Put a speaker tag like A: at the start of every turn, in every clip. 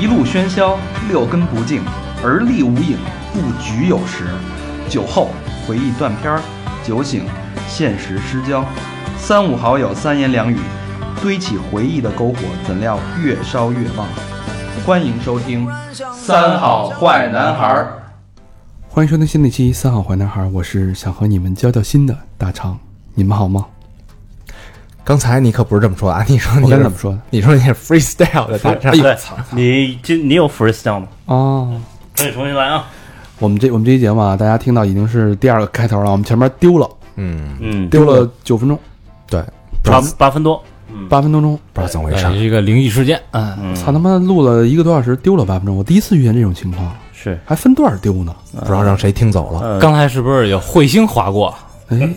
A: 一路喧嚣，六根不净，而立无影，不局有时。酒后回忆断片儿，酒醒现实失焦。三五好友三言两语，堆起回忆的篝火，怎料越烧越旺。欢迎收听《三好坏男孩》。
B: 欢迎收听新的一期《三好坏男孩》，我是想和你们交交心的大长，你们好吗？
C: 刚才你可不是这么说啊！你说你
B: 我
C: 是
B: 该怎么说呢？
C: 你说你是 freestyle 的大战，
D: 对，你今你有 freestyle 吗？
B: 哦，
D: 可啊以重新来啊！
B: 我们这我们这期节目啊，大家听到已经是第二个开头了，我们前面丢了
C: 嗯，
D: 嗯，
B: 丢了九分钟，
C: 对，不知
D: 八
C: 道
D: 八分多，
B: 八分多钟，
C: 不知道怎么回事
E: 这
C: 儿
E: 哎
B: 哎
E: 是，一个灵异事件，嗯，
D: 嗯
B: 操他妈录了一个多小时，丢了八分钟，我第一次遇见这种情况，
D: 是
B: 还分段丢呢。
C: 不知道让谁听走
B: 嗯
C: 了，
E: 刚才是不是有彗星划过？
B: 哎，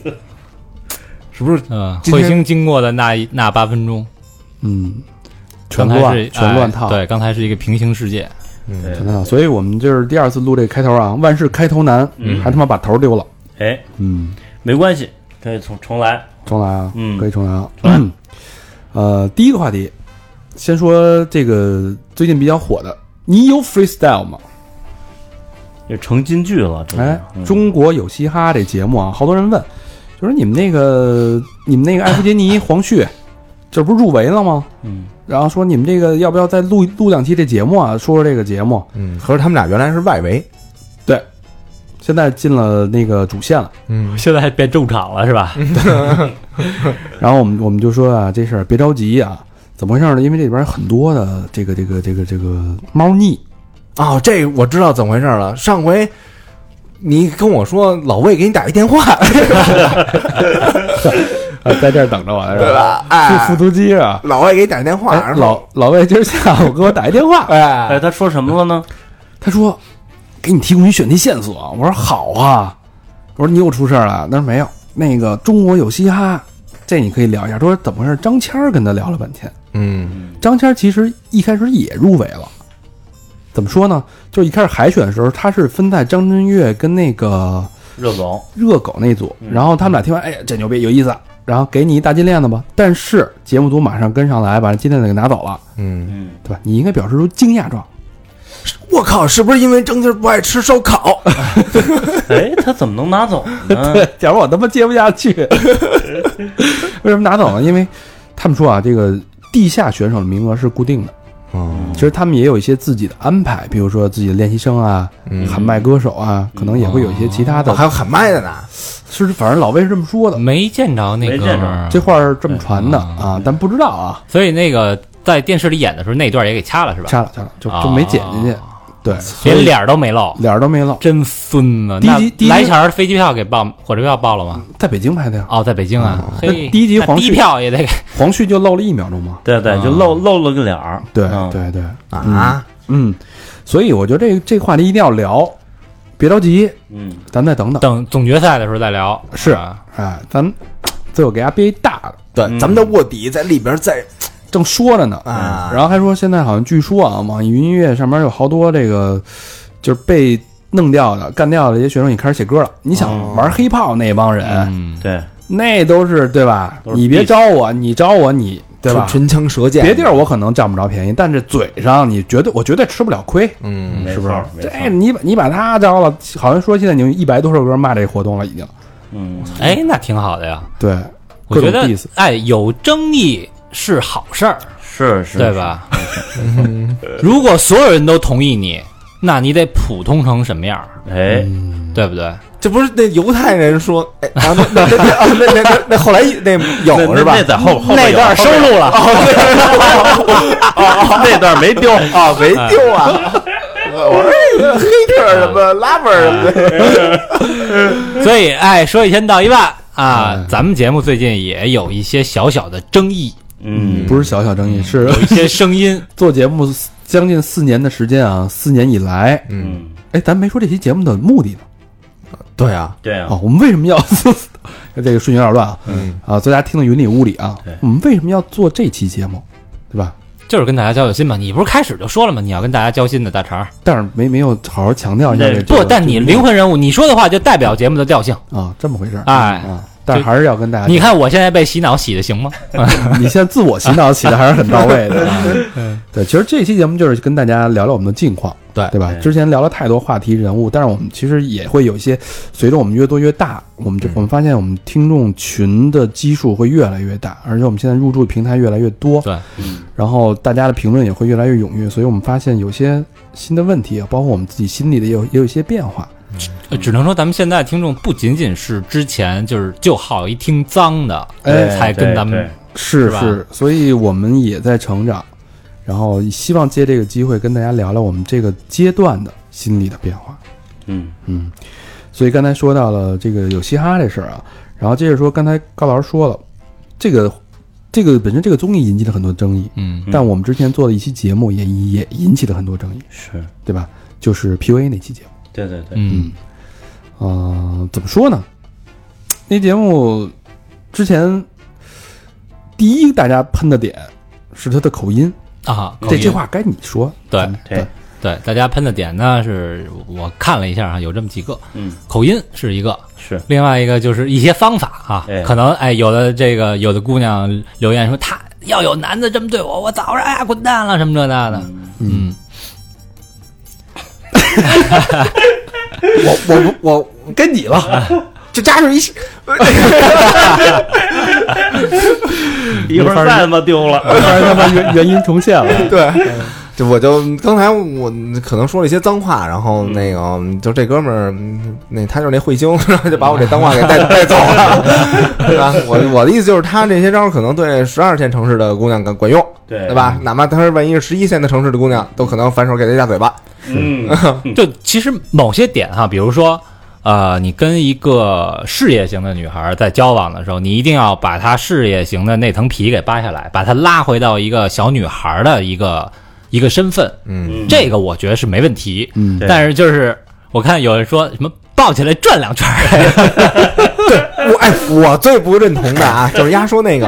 C: 是不是？
E: 嗯，
C: 今天
E: 彗星经过的那一那八分钟，
B: 嗯，全
E: 刚才
B: 乱
E: 是
B: 全乱
E: 哎
B: 套，
E: 对，刚才是一个平行世界，
B: 全乱套。所以我们就是第二次录这开头啊，万事开头难，还他妈把头丢了。
D: 哎，
B: 嗯，
D: 没关系，可以重重来。
B: 重来啊，
D: 嗯
B: 可以重来啊。 呃，第一个话题，先说这个最近比较火的，你有 freestyle 吗？
D: 这成金句了，这
B: 哎
D: 个，嗯
B: 中国有嘻哈这节目啊，好多人问，就是你们那个你们那个艾弗杰 尼、黄旭，这不是入围了吗？
D: 嗯，
B: 然后说你们这个要不要再录录两期这节目啊？说说这个节目，
C: 嗯，合着他们俩原来是外围，
B: 对，现在进了那个主线了。
C: 嗯，
E: 现在变正常了是吧？
B: 然后我们我们就说啊，这事儿别着急啊，怎么回事呢？因为这里边很多的这个这个这个这个猫腻，
C: 哦，这我知道怎么回事儿了。上回你跟我说老魏给你打一 电话，
B: 啊，在这儿等着我，
C: 对？吧？
B: 复
C: 哎，
B: 读机啊，
C: 老魏给你打一电话，
B: 哎，
C: 然后
B: 老老魏今儿下午给我打一电话，
D: 哎，
C: 哎，
D: 他说什么了呢？
B: 他说给你提供一选题线索，我说好啊，我说你又出事儿了，他说没有，那个中国有嘻哈，这你可以聊一下。他说怎么回事？张谦儿跟他聊了半天，
C: 嗯
B: 张谦儿其实一开始也入围了，怎么说呢？就是一开始海选的时候，他是分在张震岳跟那个
D: 热狗，
B: 热狗那组，然后他们俩听完，哎呀，这牛逼，有意思。然后给你一大金链子吧，但是节目组马上跟上来，把金链子给拿走了，
C: 嗯，
D: 嗯，
B: 对吧？你应该表示出惊讶状，
C: 我靠，是不是因为郑劲不爱吃烧烤？
D: 哎，他怎么能拿走 呢？
B: 对， 假如我他妈接不下去，为什么拿走呢？因为他们说啊，这个地下选手的名额是固定的，
C: 嗯
B: 其实他们也有一些自己的安排，比如说自己的练习生啊、
C: 嗯哦
B: 喊麦歌手啊，可能也会有一些其他的
C: 还。有喊麦的呢，
B: 是，反正老魏是这么说的，
E: 没见着那
D: 没
E: 哥
D: 见
E: 们
D: 着
E: 儿
B: 这，话是这么传的啊，但不知道啊，
E: 所以那个在电视里演的时候，那段也给掐了是吧？
B: 掐了掐了，就就没剪进去
E: 哦，
B: 对，
E: 连脸儿都没露，
B: 脸儿都没露，
E: 真孙子！
B: 第一
E: 那
B: 集第一
E: 来钱儿飞机票给报，火车票报了吗？
B: 在北京拍的呀。
E: 哦，在北京啊，
B: 那
E: 嘿，
B: 第一集
E: 那
B: 黄
E: 低
B: 旭
E: 票也得 给，
B: 黄旭就露了一秒钟嘛，
D: 对对，
E: 啊
D: 就露露了个脸儿。
B: 对
D: 嗯，
B: 对对，
C: 啊，
B: 嗯，所以我觉得这这话题一定要聊，别着急，
D: 嗯，
B: 咱们再等等。
E: 等总决赛的时候再聊。
B: 是
E: 啊，
B: 哎，咱们最后给他憋一大的，
C: 对，咱们的卧底在里边在
B: 正说着呢
C: 啊
B: 然后还说现在好像据说啊，网易云音乐上面有好多这个就是被弄掉的、干掉的这些选手已经开始写歌了。你想玩黑炮那帮人，
E: 嗯，
D: 对，
B: 那都是对吧？
D: 都是
B: 你别
D: diss
B: 招我，你招我你对吧？
C: 唇枪舌剑，
B: 别地儿我可能占不着便宜，但是嘴上你绝对我绝对吃不了亏。
C: 嗯，
D: 没
B: 是不
D: 错
B: 是
D: 儿？没错
B: 这哎
D: 儿。
B: 你把你把他招了，好像说现在已经一百多首歌骂这活动了，已经。
D: 嗯，
E: 哎，那挺好的呀。
B: 对，
E: 我觉得
B: 意思，
E: 哎，有争议是好事儿，
D: 是是，
E: 对吧？ 如果所有人都同意你，那你得普通成什么样儿，
D: 是？哎，
E: 对不对？
C: 这不是那犹太人说，哎，啊那那那啊那那那那后来那有是吧？
D: 那在后后边
E: 哦那
D: 有
E: 段收录了，
D: 那段没丢，
C: 啊，没丢啊！我说这个 hater 什么 lover 什么的，
E: 所以哎，说一千道一万啊。咱们节目最近也有一些小小的争议，
D: 嗯，
B: 不是小小争议，是
E: 有一些声音
B: 做节目将近四年的时间啊，四年以来，
C: 嗯，
D: 嗯，
B: 哎，咱没说这期节目的目的呢。
C: 对啊，
D: 对啊
E: 哦
B: 啊，，我们为什么要 这个顺序有点乱啊？嗯啊，大家听得云里雾里啊
D: 对。
B: 我们为什么要做这期节目，对吧？
E: 就是跟大家交交心嘛。你不是开始就说了吗？你要跟大家交心的大肠儿。
B: 但是没没有好好强调一下
D: 那
B: 这个
E: 不，但你灵魂人物，你说的话就代表节目的调性。
B: 啊，这么回事儿
E: 哎
B: 啊。但是还是要跟大家，
E: 你看我现在被洗脑洗的行吗？
B: 你现在自我洗脑洗的还是很到位的啊。对，其实这期节目就是跟大家聊聊我们的近况，
E: 对
B: 对吧？
D: 对
B: 之前聊了太多话题人物，但是我们其实也会有一些，随着我们越多越大，我们就我们发现我们听众群的基数会越来越大，而且我们现在入驻平台越来越多，
E: 对，
B: 然后大家的评论也会越来越踊跃，所以我们发现有些新的问题，包括我们自己心里的也有也有一些变化。
E: 呃只能说咱们现在听众不仅仅是之前就是就好一听脏的，
B: 哎
E: 才跟咱们
B: 是
E: 是吧
B: 是，所以我们也在成长，然后希望借这个机会跟大家聊聊我们这个阶段的心理的变化。
D: 嗯
B: 嗯，所以刚才说到了这个有嘻哈这事儿啊，然后接着说，刚才高老师说了，这个这个本身这个综艺引起了很多争议，
E: 嗯
B: 但我们之前做的一期节目也也引起了很多争议，
D: 是，
B: 对吧？就是 PUA 那期节目。
D: 对对对，
E: 嗯
B: 嗯，怎么说呢？那节目之前第一个大家喷的点是他的口音，
E: 啊，口
B: 这
E: 音
B: 这话该你说。嗯
E: 对
D: 对，
E: 对大家喷的点呢是我看了一下啊，有这么几个，
D: 嗯
E: 口音是一个，
D: 是，
E: 另外一个就是一些方法啊，
D: 哎
E: 可能哎，有的这个有的姑娘留言说，她要有男的这么对我，我早上哎呀滚蛋了什么这那的，嗯，
C: 我我我我跟你
D: 啊
C: 了，这家是一
D: 一会儿再他妈丢了，
B: 当然他妈 原原因重现
D: 啊
B: 了，
C: 对，就我就刚才我可能说了一些脏话，然后
D: 嗯
C: 那个就这哥们儿，嗯那他就是那彗星， 然后就把我这脏话给带带走了， 对吧？我我的意思就是，他这些招儿可能对十二线城市的姑娘管管用，
D: 对
C: 对？吧？哪怕他是万一是十一线的城市的姑娘，都可能反手给他一大嘴巴。
D: 嗯，
E: 就其实某些点哈，比如说，呃，你跟一个事业型的女孩在交往的时候，你一定要把她事业型的那层皮给扒下来，把她拉回到一个小女孩的一个一个身份，
C: 嗯，
D: 嗯
E: 这个我觉得是没问题。
B: 嗯
D: 对
E: 但是就是我看有人说什么抱起来转两圈儿，
C: 我哎，我最不认同的 啊，就是丫说那个，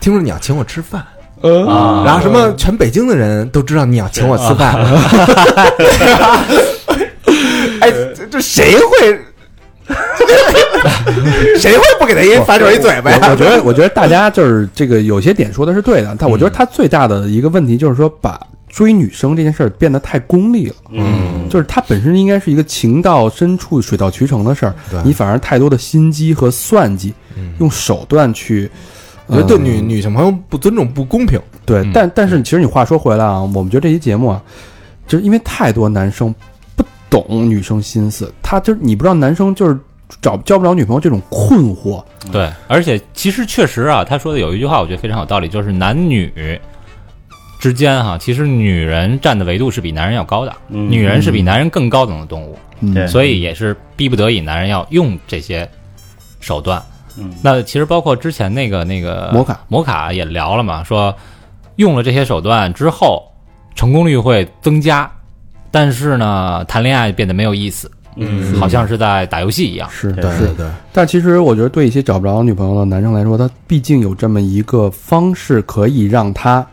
C: 听说你要请我吃饭。
D: 啊，
C: 然后什么全北京的人都知道你要请我吃饭， 哎，这这谁会？谁会不给他一反手一嘴巴
B: 我我
C: 呀？
B: 觉得，我觉得大家就是这个有些点说的是对的，但我
C: 嗯
B: 觉得他最大的一个问题就是说，把追女生这件事儿变得太功利了。
D: 嗯，
B: 就是它本身应该是一个情到深处、水到渠成的事儿
C: 对，嗯
B: 你反而太多的心机和算计，用手段去，
C: 我觉得
B: 呃
C: 对女女性朋友不尊重、不公平。
B: 对
E: 嗯，
B: 但但是其实你话说回来啊，我们觉得这期节目啊，就是因为太多男生不懂女生心思，他就是你不知道男生就是找交不着女朋友这种困惑，
E: 对，而且其实确实啊，他说的有一句话，我觉得非常有道理，就是男女之间哈、其实女人占的维度是比男人要高的，
D: 嗯
E: 女人是比男人更高等的动物，
B: 嗯
D: 对
E: 所以也是逼不得已，男人要用这些手段。
D: 嗯
E: 那其实包括之前那个那个
B: 摩卡
E: 摩卡也聊了嘛，说用了这些手段之后，成功率会增加，但是呢，谈恋爱变得没有意思，
D: 嗯
E: 好像是在打游戏一样。
B: 是
D: 对
B: 的，是。
C: 对，
B: 但其实我觉得对一些找不着女朋友的男生来说，他毕竟有这么一个方式可以让他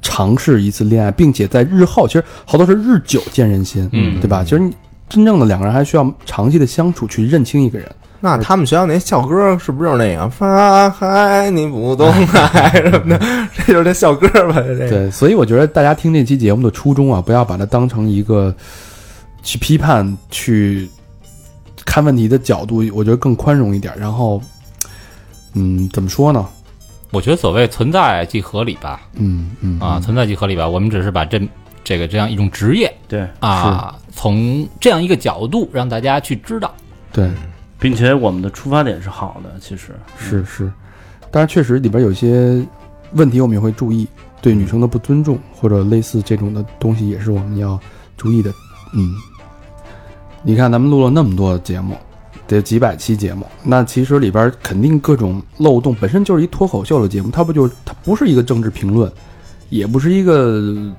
B: 尝试一次恋爱，并且在日后，其实好多是日久见人心，
E: 嗯
B: 对吧？其实你真正的两个人还需要长期的相处去认清一个人。
C: 那他们学校那校歌是不是就是那个“发嗨你不懂 爱”什么的？这就是这校歌吧？这个
B: 对，所以我觉得大家听这期节目的初衷啊，不要把它当成一个去批判、去看问题的角度，我觉得更宽容一点。然后，嗯，怎么说呢？
E: 我觉得所谓存在即合理吧，
B: 嗯嗯
E: 啊，存在即合理吧，我们只是把这这个这样一种职业
D: 对，
E: 啊，从这样一个角度让大家去知道。
B: 对。
D: 并且我们的出发点是好的，其实
B: 是是，但是确实里边有些问题我们也会注意，对女生的不尊重或者类似这种的东西也是我们要注意的。嗯，你看咱们录了那么多节目，得几百期节目，那其实里边肯定各种漏洞，本身就是一脱口秀的节目，它不就它不是一个政治评论，也不是一个。呃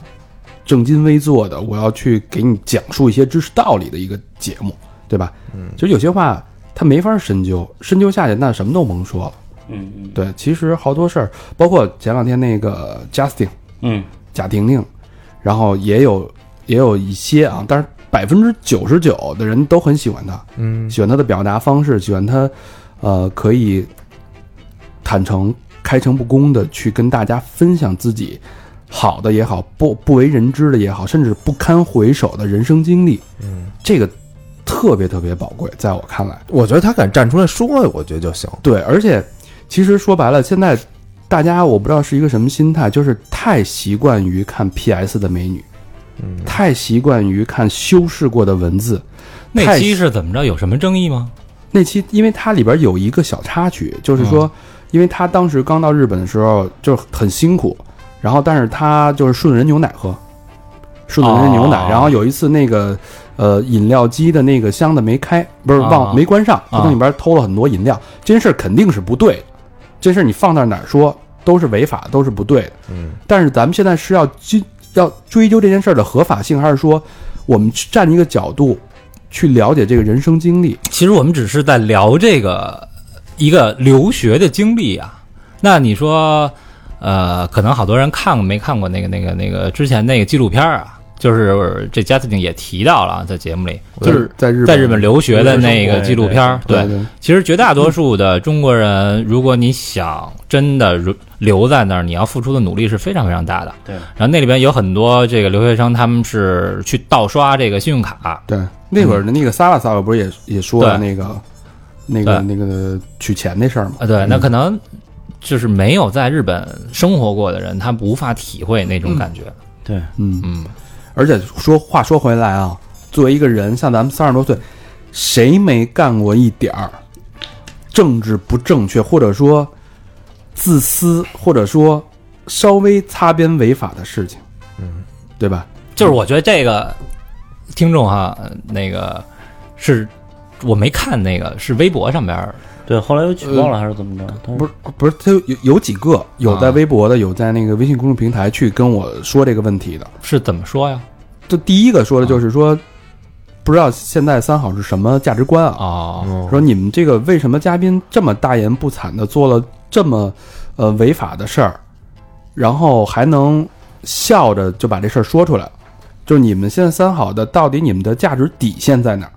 B: 正襟危坐的，我要去给你讲述一些知识道理的一个节目，对吧？嗯，其实有些话他没法深究，深究下去那什么都甭说了。
D: 嗯嗯
B: 对，其实好多事儿，包括前两天那个 Justin
D: 嗯
B: 贾婷婷，然后也有也有一些啊，但是百分之九十九的人都很喜欢他，
C: 嗯
B: 喜欢他的表达方式，喜欢他呃，可以坦诚、开诚布公的去跟大家分享自己好的也好，不不为人知的也好，甚至不堪回首的人生经历，
C: 嗯，
B: 这个特别特别宝贵，在我看来。
C: 我觉得他敢站出来说，我觉得就行。
B: 对，而且其实说白了，现在大家我不知道是一个什么心态，就是太习惯于看 PS 的美女，
C: 嗯
B: 太习惯于看修饰过的文字。
E: 那
B: 太
E: 期是怎么着？有什么争议吗？
B: 那期，因为它里边有一个小插曲，就是
E: 嗯
B: 说，因为他当时刚到日本的时候就很辛苦，然后但是他就是顺人牛奶喝，顺着人牛奶，
E: 哦
B: 然后有一次那个呃饮料机的那个箱子没开，不是忘、
E: 啊
B: 没关上，他
E: 啊
B: 从里边偷了很多饮料，这件事儿肯定是不对的，这事儿你放到哪儿说都是违法，都是不对的。
C: 嗯，
B: 但是咱们现在是要追要追究这件事儿的合法性，还是说我们去站一个角度去了解这个人生经历？
E: 其实我们只是在聊这个一个留学的经历啊。那你说，呃，可能好多人看过没看过那个那个那个之前那个纪录片啊？就是这家 u 景也提到了啊在节目里，就是
B: 在日本
E: 在日本留学的
D: 留学
E: 那
D: 生
E: 个
D: 活
E: 纪录片儿。
B: 对
E: 对，其实绝大多数的中国人，如果你想真的如留在那儿，你要付出的努力是非常非常大的。
D: 对
E: 然后那里边有很多这个留学生，他们是去盗刷这个信用卡，
B: 对，嗯那会儿的那个萨拉萨拉不是也也说了
E: 对
B: 那个那个那
E: 对
B: 个取钱那事儿吗？
E: 啊，对，那可能就是没有在日本生活过的人，他无法体会那种感觉。
D: 对，
B: 嗯，
E: 嗯，
B: 而且说话说回来啊，作为一个人，像咱们三十多岁，谁没干过一点儿政治不正确，或者说自私，或者说稍微擦边违法的事情？嗯，对吧？
E: 就是我觉得这个听众哈，呃那个是我没看那个是微博上边儿
D: 对，后来又举
E: 呃
D: 报了还是怎么着？他
B: 不是不是，他有有有几个有在微博的，有在那个微信公众平台去跟我说这个问题的。
E: 是怎么说呀？
B: 这第一个说的就是说，不知道现在三好是什么价值观啊？
E: 哦，
B: 说你们这个为什么嘉宾这么大言不惭的做了这么呃违法的事儿，然后还能笑着就把这事儿说出来？就是你们现在三好的到底你们的价值底线在哪儿？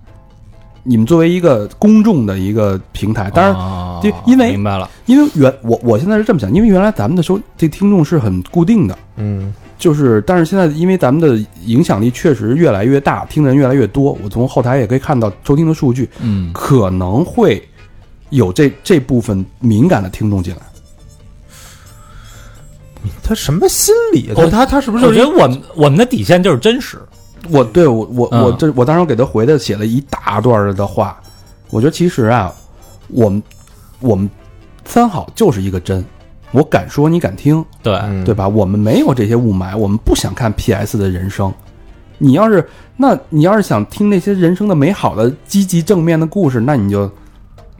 B: 你们作为一个公众的一个平台，当然
E: 然
B: 就因为
E: 哦明白了，
B: 因为原我我现在是这么想，因为原来咱们的收这听众是很固定的，
C: 嗯，
B: 就是但是现在因为咱们的影响力确实越来越大，听的人越来越多，我从后台也可以看到收听的数据，
E: 嗯，
B: 可能会有这这部分敏感的听众进来。
C: 他什么心理啊？
E: 我
C: 他他他是不是
E: 我
C: 就
E: 觉
C: 是
E: 得我们我们的底线就是真实，
B: 我对我我
E: 嗯
B: 我这我当时我给他回的写了一大段的话，我觉得其实啊，我们我们三好就是一个真，我敢说你敢听，
E: 对，
C: 嗯
B: 对吧？我们没有这些雾霾，我们不想看 PS 的人生。你要是那，你要是想听那些人生的美好的、积极正面的故事，那你就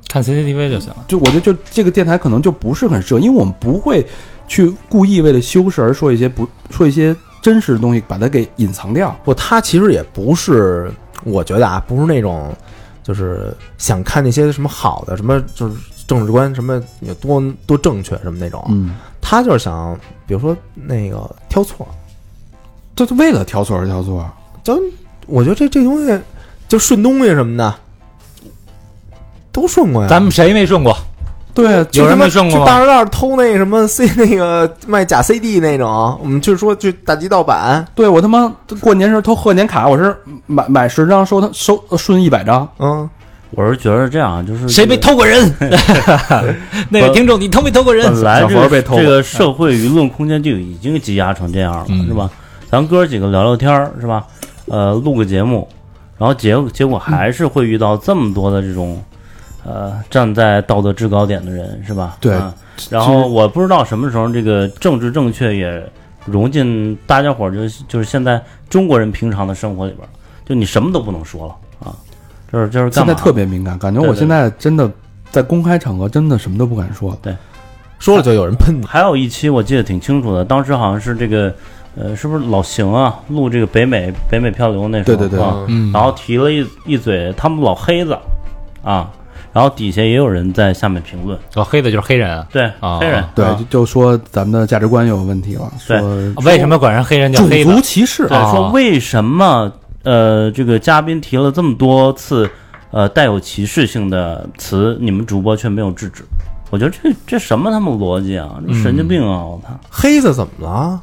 E: 看 CCTV 就行了。
B: 就我觉得就这个电台可能就不是很适合，因为我们不会去故意为了修饰而说一些不说一些真实的东西，把它给隐藏掉。
C: 不，他其实也不是，我觉得啊，不是那种，就是想看那些什么好的，什么就是政治观什么有多多正确什么那种，啊
B: 嗯，
C: 他就是想，比如说那个挑错，
B: 这是为了挑错而挑错。
C: 就我觉得这这东西就顺东西什么的，都顺
B: 嗯
C: 过呀。
E: 咱们谁没顺过？
B: 对啊，
C: 去
E: 有
C: 他
E: 人
C: 妈
E: 没顺过
C: 去
E: 吗
C: 大栅栏偷那什么 C 那个卖假 CD 那种，啊我们就是说去打击盗版，
B: 对我他妈过年时候偷贺年卡，我是买买十张收他收呃顺一百张。
C: 嗯，
D: 我是觉得这样，啊就是
E: 谁
D: 这个
E: 没偷 过人？那个听众，你偷没偷过人？
D: 本来
B: 小
D: 这
B: 佛
D: 个
B: 被偷了嗯
D: 这个社会舆论空间就已经积压成这样了，
E: 嗯
D: 是吧？咱哥几个聊聊天儿，是吧？呃，录个节目，然后结结果还是会遇到这么多的这种，呃，站在道德制高点的人，是吧？
B: 对
D: 啊然后我不知道什么时候这个政治正确也融进大家伙儿，就是就是现在中国人平常的生活里边儿，就你什么都不能说了啊，就是就是干
B: 现
D: 嘛
B: 在特别敏感，感觉我
D: 对对
B: 现在真的在公开场合真的什么都不敢说。
C: 说了就有人喷你，
D: 还有一期我记得挺清楚的，当时好像是这个，呃，是不是老邢啊录这个北美北美漂流那时
B: 对
D: 候，
B: 对对
D: 啊
E: 嗯
D: 然后提了一一嘴他们老黑子，啊，然后底下也有人在下面评论，
E: 哦，黑的就是黑人啊，
D: 对、
E: 哦
D: 黑人，
B: 对，
D: 啊
B: 就就说咱们的价值观有问题了，说
D: 对
E: 为什么管人黑人叫
B: 种
E: 黑
B: 族
E: 的？
B: 歧视
D: 对，
E: 啊
D: 说为什么呃这个嘉宾提了这么多次呃带有歧视性的词，你们主播却没有制止。我觉得这这什么他妈逻辑啊！这神经病啊！我操！
C: 黑子怎么了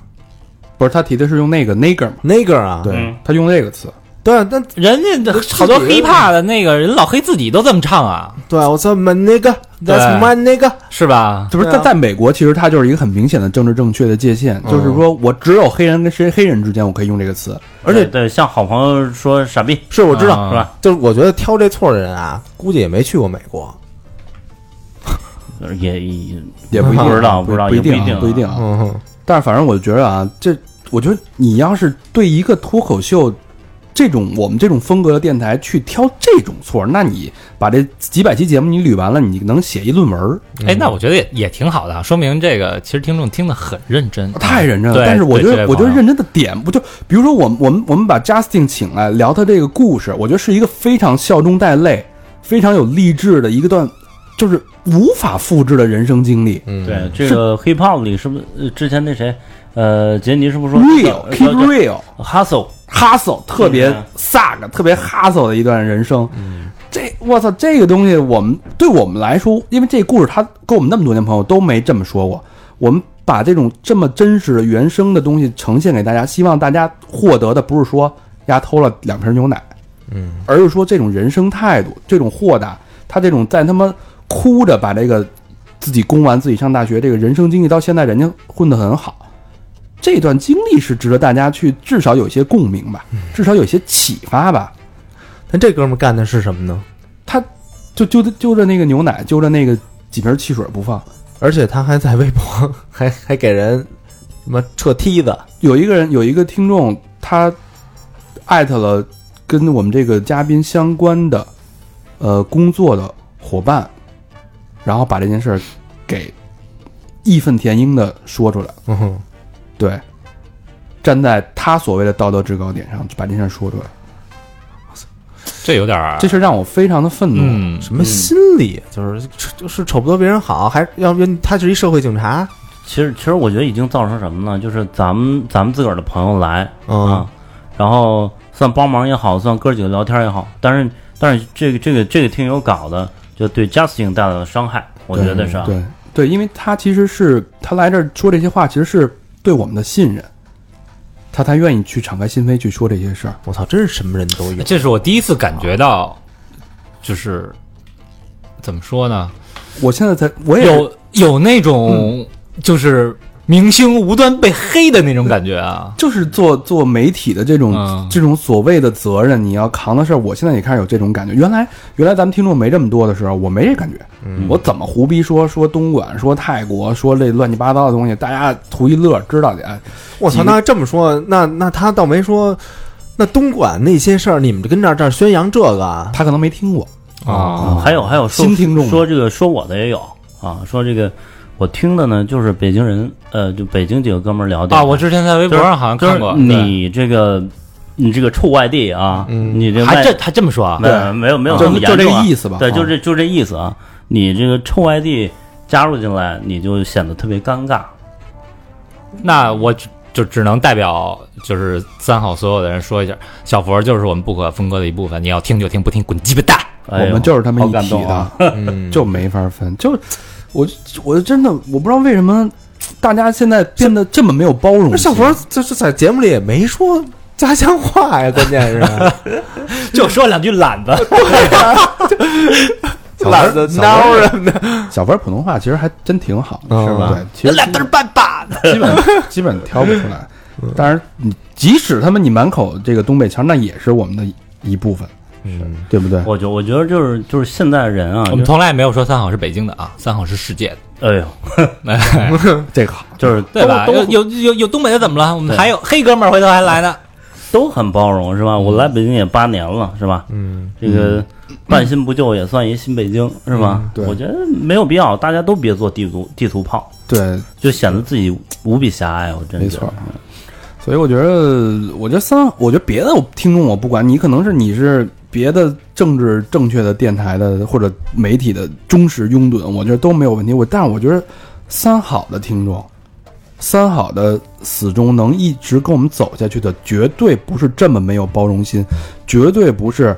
B: 不是他提的是用那个 nigger 嘛？
C: ？Nigger 啊，
B: 对、
D: 嗯
B: 他用那个词，
C: 对啊，但
E: 人家好多
C: 自己
E: hiphop 的那个人老黑自己都这么唱啊，
C: 对啊我操，my nigga，that's
E: 对
C: my nigga，
E: 是吧？
B: 这不是
C: 对
B: 在
C: 啊
B: 在美国，其实它就是一个很明显的政治正确的界
D: 嗯
B: 限，就是说我只有黑人跟谁黑人之间我可以用这个词，
C: 而且
D: 对对像好朋友说傻逼
C: 是我知道，
E: 啊
D: 是吧？
C: 就是我觉得挑这错的人啊，估计也没去过美国。
D: 也也
B: 也不一定
D: 不知道
B: 不
D: 不知道
B: 不一定
D: 也不一定
B: 啊不一定啊。
D: 啊
C: 嗯哼，
B: 但是反正我觉得啊，这我觉得你要是对一个脱口秀这种我们这种风格的电台去挑这种错儿，那你把这几百期节目你捋完了，你能写一论文儿，
E: 哎，那我觉得也也挺好的啊，说明这个其实听众听得很认真，
B: 太认真了。
E: 啊对
B: 但是我觉
E: 对这
B: 得，
E: 位
B: 我觉得
E: 朋友
B: 认真的点不就，比如说我们我们我们把 Justin 请来聊他这个故事，我觉得是一个非常笑中带泪、非常有励志的一个段，就是无法复制的人生经历。
C: 嗯，
D: 对，这个 hiphop 里是不是呃之前那谁呃杰尼是
E: 嗯
D: 不是说
B: Real keep real。
D: hustle
B: hustle 特别
D: 嗯
B: suck 特别 hustle 的一段人生。这我操，这个东西我们对我们来说，因为这故事他跟我们那么多年朋友都没这么说过，我们把这种这么真实的原生的东西呈现给大家，希望大家获得的不是说丫偷了两瓶牛奶，嗯，而是说这种人生态度，这种豁达，他这种在他妈哭着把这个自己攻完自己上大学这个人生经历，到现在人家混得很好，这段经历是值得大家去至少有些共鸣吧，至少有些启发吧。
C: 但这哥们儿干的是什么呢？
B: 他就揪着揪着那个牛奶，揪着那个几瓶汽水不放。
C: 而且他还在微博 还还给人什么撤梯子，
B: 有一个人有一个听众，他艾特了跟我们这个嘉宾相关的呃工作的伙伴，然后把这件事儿给义愤填膺的说出来，
C: 嗯哼，
B: 对，站在他所谓的道德制高点上把这件事儿说出来，
E: 这有点儿
B: 这事儿让我非常的愤怒。
E: 嗯，
C: 什么心理？就是就是瞅不得别人好，还要不然他是一社会警察？
D: 其实，其实我觉得已经造成什么呢？就是咱们咱们自个儿的朋友来
C: 嗯
D: 啊，然后算帮忙也好，算哥几个聊天也好，但是但是这个这个这个听友搞的，就对 Justin 带来的伤害，我觉得是啊
B: 嗯对对，因为他其实是他来这儿说这些话，其实是对我们的信任，他才愿意去敞开心扉去说这些事儿。
C: 我操，真是什么人都有。
E: 这是我第一次感觉到，就是怎么说呢，
B: 我现在才我也
E: 有有那种就是明星无端被黑的那种感觉啊，
B: 就是做做媒体的这种、
E: 嗯
B: 这种所谓的责任，你要扛的事儿，我现在也开始有这种感觉。原来原来咱们听众没这么多的时候，我没这感觉，我怎么胡逼说说东莞、说泰国、说这乱七八糟的东西，大家图一乐，知道去。哎
C: 我操，那这么说，那那他倒没说，那东莞那些事儿，你们跟这儿这儿宣扬这个啊？
B: 他可能没听过，
E: 啊
D: 还有还有说
B: 新听众
D: 说这个说我的也有啊，说这个我听的呢就是北京人，呃，就北京几个哥们儿聊的
E: 啊！我之前在微博上好像看过，
D: 你这个你这个臭外地啊，
C: 嗯
D: 你这
E: 还
D: 外
E: 这还这么说啊？
D: 没有没有没有
B: 就
D: 那么严
B: 就这
D: 重啊
B: 个意思吧。
D: 对，
B: 啊
D: 就这就这意思啊。你这个臭外地加入进来，你就显得特别尴尬。
E: 那我只就只能代表就是三好所有的人说一下，小佛就是我们不可分割的一部分，你要听就听，不听滚鸡巴蛋！
D: 哎呦
B: 我们就是他们
D: 好
B: 一
D: 感
B: 体
D: 动
B: 的。
D: 啊
C: 嗯
B: 就没法分。就我我真的我不知道为什么大家现在变得这么没有包容
C: 那小
B: 性。
C: 佛就是在节目里也没说家乡话 呀，关键是
E: 就说两句懒子，
C: 懒得孬什么的。
B: 小凡普通话其实还真挺好的，
C: 嗯
B: 是吧？对，其实
E: 俩嘚儿半把的。
B: 基本基本挑不出来。当然，你即使他们你满口这个东北腔，那也是我们的一部分，
C: 嗯，
B: 对不对？
D: 我觉我觉得就是就是现在人啊，
E: 我们
D: 就
E: 从来没有说三好是北京的啊，三好是世界的，
D: 哎呦，
E: 哎、
B: 这个好，
D: 就是
E: 对吧？
D: 都
E: 有
D: 都
E: 有有有东北的怎么了？我们
D: 对
E: 还有黑哥们儿回头还来呢。
D: 都很包容是吧？
B: 嗯
D: 我来北京也八年了是吧？
C: 嗯，
D: 这个半新不旧也算一新北京是吧？
B: 嗯对
D: 我觉得没有必要，大家都别做地图地图炮，
B: 对，
D: 就显得自己无比狭隘。我真
B: 没
D: 觉
B: 错
D: 得。
B: 所以我觉得，我觉得三，我觉得别的我听众我不管，你可能是你是别的政治正确的电台的或者媒体的忠实拥趸，我觉得都没有问题。我但是我觉得三好的听众，三好的死忠能一直跟我们走下去的，绝对不是这么没有包容心，绝对不是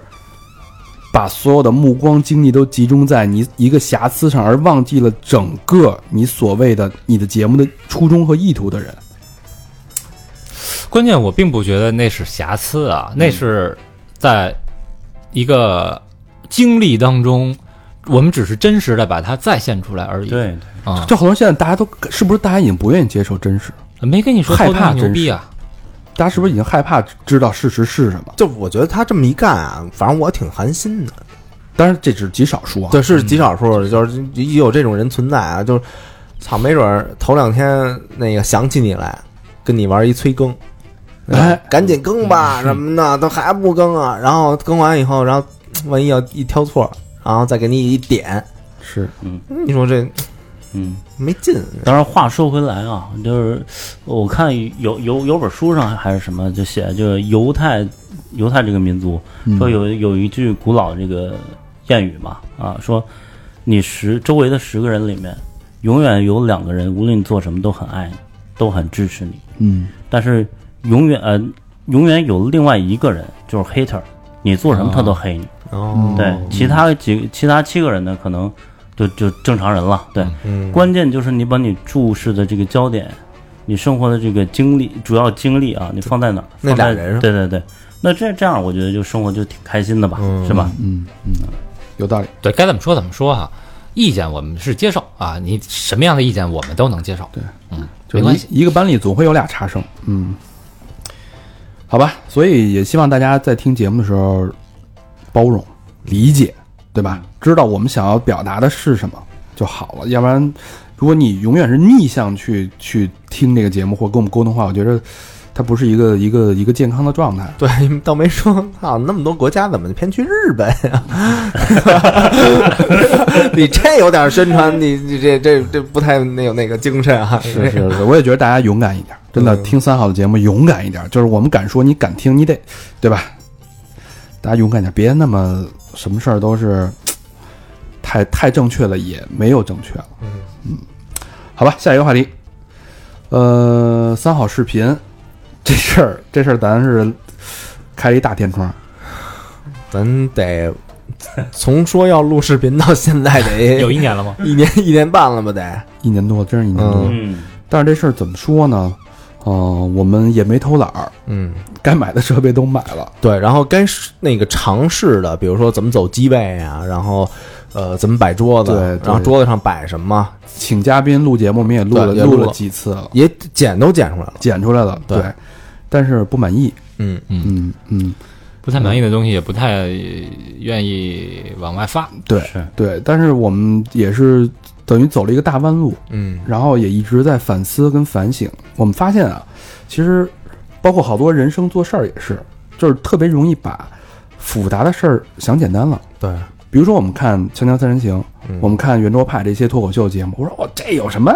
B: 把所有的目光精力都集中在你一个瑕疵上，而忘记了整个你所谓的你的节目的初衷和意图的人。
E: 关键我并不觉得那是瑕疵啊，那是在一个经历当中，我们只是真实的把它再现出来而已。
D: 对，
E: 啊，
B: 就好多现在大家都是不是大家已经不愿意接受真实？
E: 没跟你说
B: 害
E: 偷
B: 怕
E: 大牛
B: 真
E: 逼
B: 实
E: 啊，
B: 大家是不是已经害怕知道事实是什么？
C: 就我觉得他这么一干啊，反正我挺寒心的。
B: 当然这只是极少数啊。
C: 对，是极少数的，就是一有这种人存在啊，就是操，没准儿头两天那个想起你来，跟你玩一催更，
B: 哎，
C: 赶紧更吧什么的，都还不更啊。然后更完以后，然后万一要一挑错，然后再给你一点，
B: 是
C: 你说这
D: 嗯。
C: 没劲。
D: 当然，话说回来啊，就是我看有有有本书上还是什么，就写就是犹太犹太这个民族，
C: 嗯
D: 说有有一句古老这个谚语嘛，啊，说你十周围的十个人里面，永远有两个人，无论你做什么都很爱你，都很支持你，
B: 嗯，
D: 但是永远呃永远有另外一个人就是 hater，你做什么他都黑你。
C: 哦
D: 对，其他几其他七个人呢，可能就就正常人了。对，
C: 嗯，
D: 关键就是你把你注视的这个焦点，你生活的这个精力，主要精力啊，你放在哪儿？
C: 那
D: 放在
C: 俩人上
D: 对对对，那这这样我觉得就生活就挺开心的吧，
C: 嗯
D: 是吧？
B: 有道理。
E: 对该怎么说怎么说哈、意见我们是接受啊，你什么样的意见我们都能接受。对，嗯，
B: 就
E: 没
B: 是
E: 关系。
B: 一一个班里总会有俩差生，嗯，好吧，所以也希望大家在听节目的时候包容、理解，对吧？知道我们想要表达的是什么就好了，要不然，如果你永远是逆向去去听这个节目或跟我们沟通的话，我觉得它不是一个一个一个健康的状态。
C: 对，你们倒没说， 操，那么多国家怎么偏去日本呀、 你这有点宣传，你你这这这不太那有那个精神啊。
B: 是是是，我也觉得大家勇敢一点，真的
C: 嗯
B: 听三好的节目勇敢一点，就是我们敢说，你敢听，你得，对吧？大家勇敢点，别那么什么事儿都是太太正确了，也没有正确了。嗯，好吧，下一个话题，呃，三好视频这事儿，这事儿咱是开了一大天窗，
C: 咱得从说要录视频到现在得
E: 有一年了吗？
C: 一年一年半了吧？得，
B: 一年多，真是一年多。
C: 嗯
D: 嗯，
B: 但是这事儿怎么说呢？嗯、我们也没偷懒儿，
C: 嗯，
B: 该买的设备都买了。
C: 对。然后该是那个尝试的，比如说怎么走机位啊，然后呃怎么摆桌子，
B: 对对
C: 然后桌子上摆什么，
B: 请嘉宾录节目，我们也录了
C: 对也录了
B: 了几次了，
C: 也剪都剪出来了。
B: 剪出来了，
C: 对
B: 但是不满意，
C: 嗯，
B: 嗯嗯，
E: 不太满意的东西也不太呃愿意往外发。
B: 对
D: 是
B: 对，但是我们也是等于走了一个大弯路，
C: 嗯
B: 然后也一直在反思跟反省。我们发现啊，其实包括好多人生做事儿也是，就是特别容易把复杂的事儿想简单了。
C: 对，
B: 比如说我们看《锵锵三人行》
C: 嗯
B: 我们看圆桌派这些脱口秀节目，我说哦，这有什么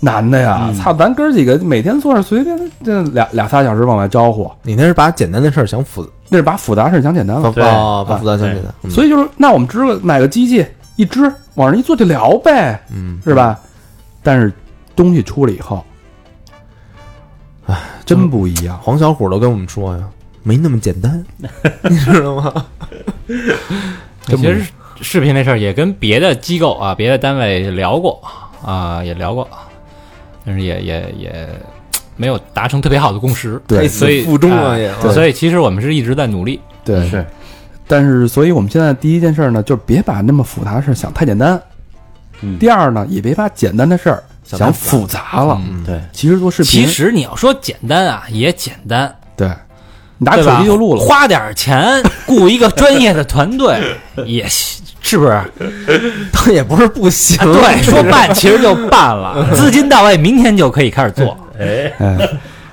B: 难的
C: 嗯
B: 呀？操、咱哥几个每天坐着随便这俩俩仨小时往外招呼，
C: 你那是把简单的事儿想复
B: 那是把复杂事儿讲简单了。
D: 对
C: 哦，把复杂想
D: 对
C: 简单，嗯
B: 所以就是，那我们支个买个机器一支，往上一坐就聊呗，
C: 嗯
B: 是吧？但是东西出了以后，唉，真不一样。
C: 黄小虎都跟我们说呀，没那么简 单，你知道吗？
E: 其实视频那事儿也跟别的机构啊、别的单位聊过啊，也聊过，但是也也也没有达成特别好的共识。
B: 对
E: 所以
C: 腹中啊
E: 哎
C: 也
E: 对所以其实我们是一直在努力。
B: 对，
D: 是。
B: 但是，所以我们现在第一件事儿呢，就是别把那么复杂的事儿想太简单。
D: 嗯
B: 第二呢，也别把简单的事儿想复杂了。
E: 嗯
D: 对，
B: 其实做视频，
E: 其实你要说简单啊，也简单，
B: 对，拿
E: 对
B: 手
E: 吧
B: 机就录 了。
E: 花点钱雇一个专业的团 队也行是不是？啊
C: 倒也不是不行，
E: 对，说办其实就办了，资金到位，明天就可以开始做。
D: 哎，
B: 哎，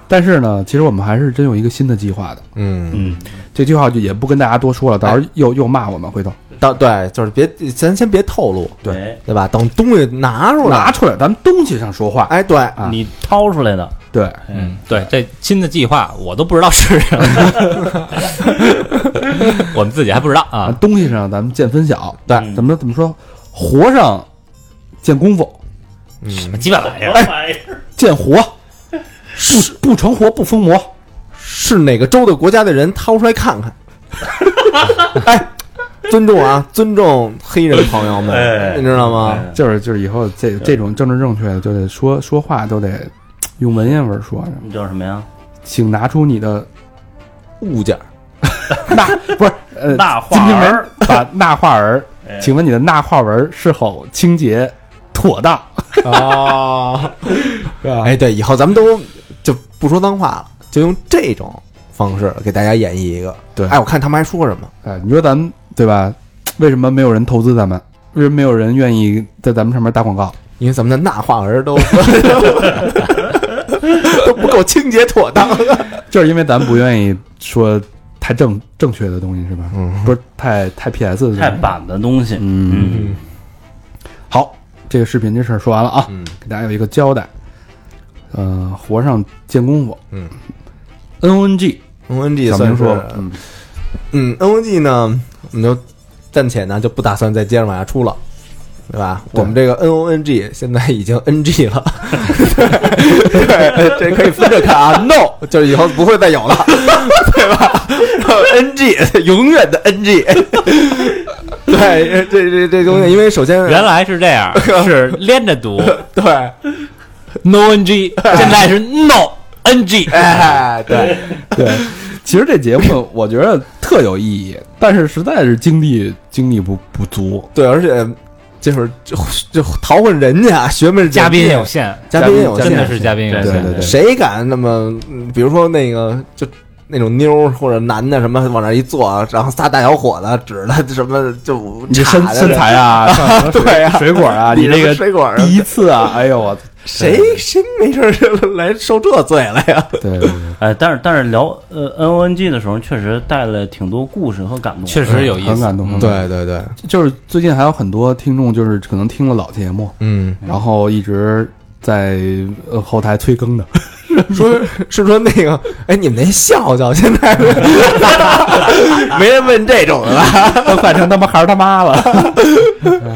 B: 但是呢，其实我们还是真有一个新的计划的。
C: 嗯，
D: 嗯，
B: 这计划就也不跟大家多说了，到时候又又骂我们回头。
C: 到对，就是别咱先别透露，
D: 对，
C: 对吧？等东西拿出来，
B: 拿出来，咱们东西上说话。
C: 啊哎，对，
B: 啊
D: 你掏出来的，
B: 对，
E: 嗯，对，这新的计划我都不知道是什么， 我们自己还不知道
B: 啊，
E: 啊。
B: 东西上咱们见分晓。
C: 对
B: 怎么说怎么说，活上见功夫，
C: 嗯，
E: 鸡巴玩意儿，
D: 哎，
B: 见活，不不成活不封魔。
C: 是哪个州的国家的人掏出来看看，哎，尊重啊，尊重黑人朋友
B: 哎
C: 们，你知道吗？
B: 就是就是以后这这种政治正确的，就得说说话都得嘖用文言文说，
D: 你叫什么呀？
B: 请拿出你 的
C: 物件儿，
B: 那不是呃
D: 那
B: 金
D: 话
B: 瓶梅
D: 儿，
B: 儿把那画儿，
D: 哎
B: 请问你的那画文是否清洁妥当？
C: 哦，
B: 是吧？
C: 哎， 对，以后咱们都就不说脏话了，就用这种方式给大家演绎一个。
B: 对
C: 哎，我看他们还说什么？
B: 哎，你说咱们对吧？为什么没有人投资咱们？为什么没有人愿意在咱们上面打广告？
C: 因为咱们的那话儿都 都不够清洁妥当。
B: 就是因为咱们不愿意说太正正确的东西是吧？
C: 嗯，
B: 不是太太 PS 的东西
D: 太板的东西，
B: 嗯，
D: 嗯，
B: 好，这个视频这事儿说完了啊，
C: 嗯
B: 给大家有一个交代。呃，活上见功夫，
C: 嗯
B: ，NNG，
C: ，ONG
B: 小
C: 算
B: 明
C: 是
B: 说，嗯，
C: 嗯，NOG 呢，我们就暂且呢就不打算再接着往下出了，对吧？
B: 对
C: 我们这个 NONG 现在已经 NG 了，对，这可以分着看啊。No 就是以后不会再有了，对吧然后？NG 永远的 NG。对，这这这东西，因为首先
E: 原来是这样， 是连着读
C: 对，
E: no ng，现在是 no ng。
C: 哎，对，
B: 对， 其实这节目我觉得特有意义，但是实在是精力精力不不足，
C: 对，而且这会儿就就淘换人家 学们
E: 嘉宾有限，
C: 嘉宾有
E: 真
C: 限
E: 的是嘉宾有
B: 对
E: 限，
B: 对对
C: 谁敢那么，嗯比如说那个就那种妞儿或者男的什么往那一坐，然后仨大小伙子指着什么就
B: 你这身
C: 叉着
B: 身材啊，上 什么
C: 对啊
B: 水水果啊，
C: 你
B: 你这
C: 什么
B: 个
C: 水管儿
B: 第一次啊，哎呦我，
C: 谁谁没事儿来受这罪了呀？
B: 对对对，
D: 哎，但是但是聊呃 N O N G 的时候，确实带了挺多故事和感动，
E: 确实有意
B: 很
E: 思。
B: 感动。很感
C: 对对对，
B: 动，就是最近还有很多听众，就是可能听了老节目，
C: 嗯，
B: 然后一直在呃后台催更的，
C: 说是说那个，哎，你们那笑笑现在 没人问这种的了，
B: 都快成他妈孩儿他妈了。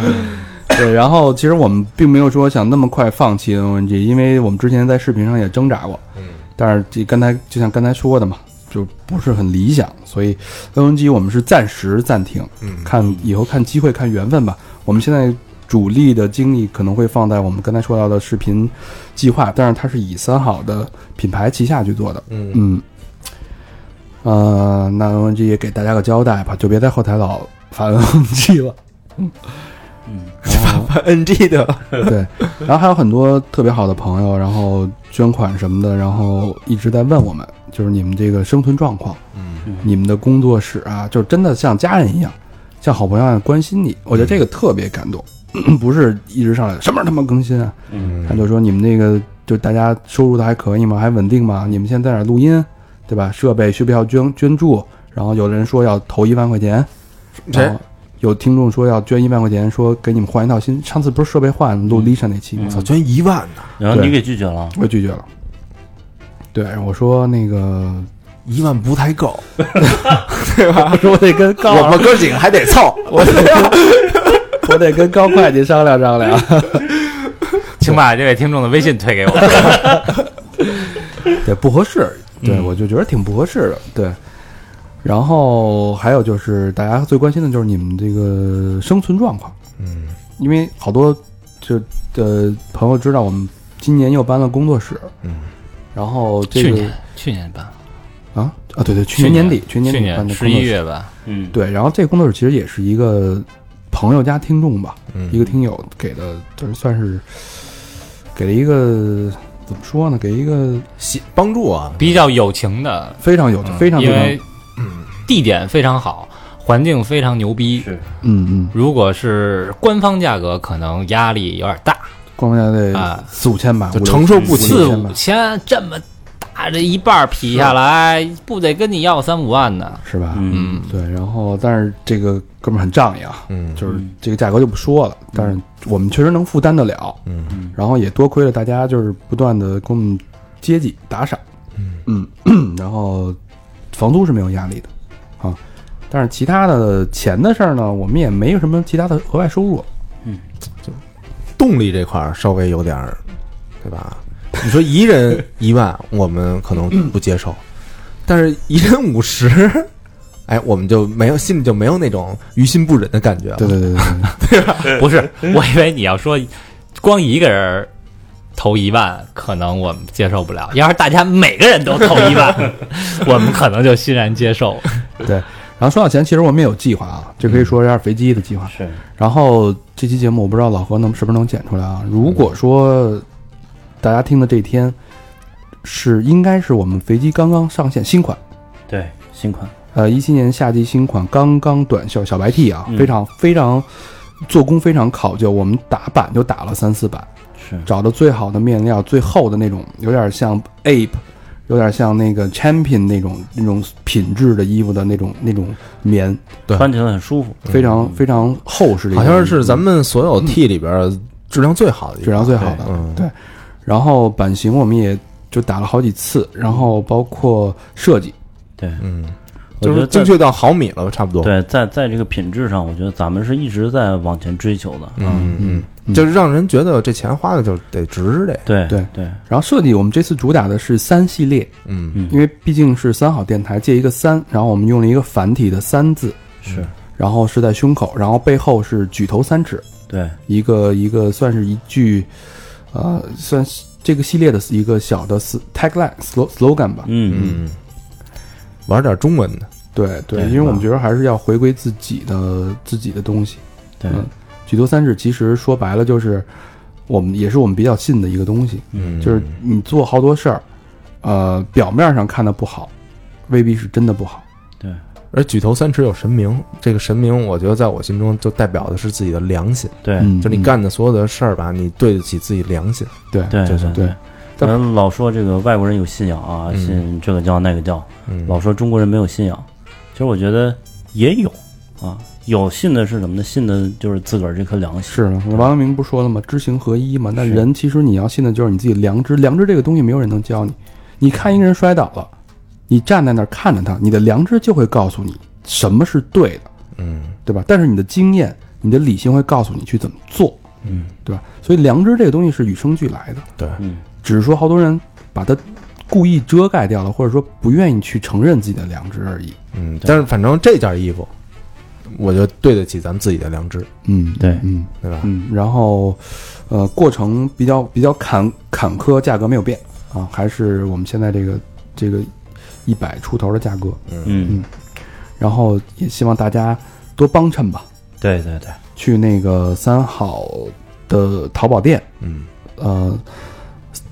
B: 对，然后其实我们并没有说想那么快放弃 NNG，因为我们之前在视频上也挣扎过，嗯，但是这刚才就像刚才说的嘛，就不是很理想，所以 NNG 我们是暂时暂停，
C: 嗯
B: 看以后看机会看缘分吧。我们现在主力的精力可能会放在我们刚才说到的视频计划，但是它是以三好的品牌旗下去做的，
C: 嗯，
B: 嗯，呃，那 NG 也给大家个交代吧，就别在后台老烦 NG 了。嗯
C: 把 NG 的，
B: 对，然后还有很多特别好的朋友，然后捐款什么的，然后一直在问我们，就是你们这个生存状况，
C: 嗯
B: 你们的工作室啊，就是真的像家人一样，像好朋友一样关心你，我觉得这个特别感动。 不是一直上来什么时候他妈更新啊？他就说你们那个就大家收入的还可以吗？还稳定吗？你们现在在哪儿录音，对吧？设备需不需要捐捐助？然后有的人说要投一万块钱，
C: 谁
B: 然后有听众说要捐一万块钱，说给你们换一套新。上次不是设备换录 Lisa 那期吗？
C: 早捐一万呢，
D: 然后你
B: 对
D: 给拒绝了，
B: 我拒绝了。对，我说那 个，
C: 一万不太够，
B: 我啊说我得跟高
C: 我们哥几个还得凑，
B: 我得跟高会计商量商量。
E: 请把这位听众的微信推给我。
B: 对，不合适。对，
E: 嗯
B: 我就觉得挺不合适的。对，然后还有就是大家最关心的就是你们这个生存状况，
C: 嗯。
B: 因为好多就呃朋友知道我们今年又搬了工作室，
C: 嗯，
B: 然后 这个
E: 去年去年吧，
B: 啊啊对对，去年年底，去
E: 去
B: 年
E: 年
B: 底搬的工作
E: 十
B: 室
E: 一月吧，
D: 嗯，
B: 对，然后这个工作室其实也是一个朋友加听众吧，
C: 嗯
B: 一个听友给的，就是算是给了一个怎么说呢，给一个
C: 协帮助啊，
E: 比较友情的，
B: 非常有、非常非
E: 嗯因
B: 常
E: 为地点非常好，环境非常牛逼。
D: 是
B: 嗯嗯，
E: 如果是官方价格，可能压力有点大，
B: 光家得
E: 啊
B: 四五千吧，
C: 就
B: 五六
C: 承受不
B: 五
C: 起
E: 四
B: 千吧
E: 五千这么大，这一半儿劈下来，不得跟你要三五万呢？
B: 是吧？
D: 嗯，
B: 对，然后但是这个哥们儿很仗义啊，
C: 嗯
B: 就是这个价格就不说了，但是我们确实能负担得了，
C: 嗯
B: 然后也多亏了大家就是不断的给我们接济打赏，嗯然后房租是没有压力的啊，但是其他的钱的事儿呢，我们也没有什么其他的额外收入，
C: 动力这块儿稍微有点儿，对吧？你说一 人一万，我们可能不接受，但是一人五十，哎，我们就没有心里就没有那种于心不忍的感觉了。
B: 对对对对对，
E: 不是， 我以为你要说光一个人投一万，可能我们接受不了。要是大家每个人都投一 万，我们可能就欣然接受。
B: 然后说到钱，其实我们也有计划啊，这可以说一下肥鸡的计划。
D: 是
B: 然后这期节目我不知道老何能是不是能剪出来啊？如果说大家听的这一天是应该是我们肥鸡刚刚上线新款，
D: 对新款，
B: 呃，一七年夏季新款刚刚短袖小白 T 啊，
D: 嗯
B: 非常非常做工非常考究，我们打版就打了三四版，
D: 是
B: 找的最好的面料，最厚的那种，有点像 Ape。有点像那个 Champion 那种那种品质的衣服的那种那种棉，
C: 对
D: 穿起来很舒服，
B: 非常非常厚实的一
C: 好
B: 个衣服，
C: 像是咱们所有 T 里边质量最好的
B: 嗯
C: 一个，
B: 质量最好的。
C: 嗯，
B: 对然后版型我们也就打了好几次，然后包括设计，
D: 对，
C: 嗯，
D: 我
C: 就是
D: 觉得
C: 精
D: 在
C: 确到毫米了，差不多。嗯
D: 对在在这个品质上，我觉得咱们是一直在往前追求的，
C: 嗯嗯
B: 嗯
C: 嗯，就是让人觉得这钱花的就得值得。
D: 对
B: 对
D: 对，
B: 然后设计我们这次主打的是三系列，
C: 嗯
D: 嗯
B: 因为毕竟是三好电台借一个三，然后我们用了一个繁体的三字，
D: 是
B: 然后是在胸口，然后背后是举头三尺，
D: 对
B: 一个一个算是一句，呃，算是这个系列的一个小的 s- tagline slo- slogan 吧。
D: 嗯嗯
C: 嗯，玩点中文的，
B: 对对，
D: 对嗯
B: 因为我们觉得还是要回归自己的自己的东西。
D: 对
B: 嗯举头三尺其实说白了就是我们也是我们比较信的一个东西，
C: 嗯，
B: 就是你做好多事儿，呃，表面上看的不好，未必是真的不好。
C: 而举头三尺有神明，这个神明，我觉得在我心中就代表的是自己的良心，
D: 对
B: 嗯，
C: 就你
B: 嗯
C: 干的所有的事儿吧，你对得起自己良心。
B: 对
D: 对
C: 就是
D: 对
B: 对。但
D: 咱老说这个外国人有信仰啊，
C: 嗯
D: 信这个教那个教，
C: 嗯，
D: 老说中国人没有信仰，其实我觉得也有啊，有信的是什么呢？信的就是自个儿这颗良心。
B: 是呢，王阳明不说了吗？知行合一嘛。那
D: 是
B: 人其实你要信的就是你自己良知，良知这个东西没有人能教你。你看一个人摔倒了，你站在那儿看着他，你的良知就会告诉你什么是对的，
C: 嗯
B: 对吧？但是你的经验、你的理性会告诉你去怎么做，
D: 嗯，
B: 对吧？所以良知这个东西是与生俱来的，
C: 对，
D: 嗯，
B: 只是说好多人把它故意遮盖掉了，或者说不愿意去承认自己的良知而已。
C: 嗯，但是反正这件衣服，我觉得对得起咱们自己的良知，
B: 嗯，
D: 对
B: 嗯
C: 对吧？
B: 嗯，然后，呃，过程比较比较坎坎坷，价格没有变啊，还是我们现在这个这个一百出头的价格。
D: 嗯，
B: 然后也希望大家多帮衬吧，
D: 对对对，
B: 去那个三好的淘宝店，
C: 嗯，
B: 呃，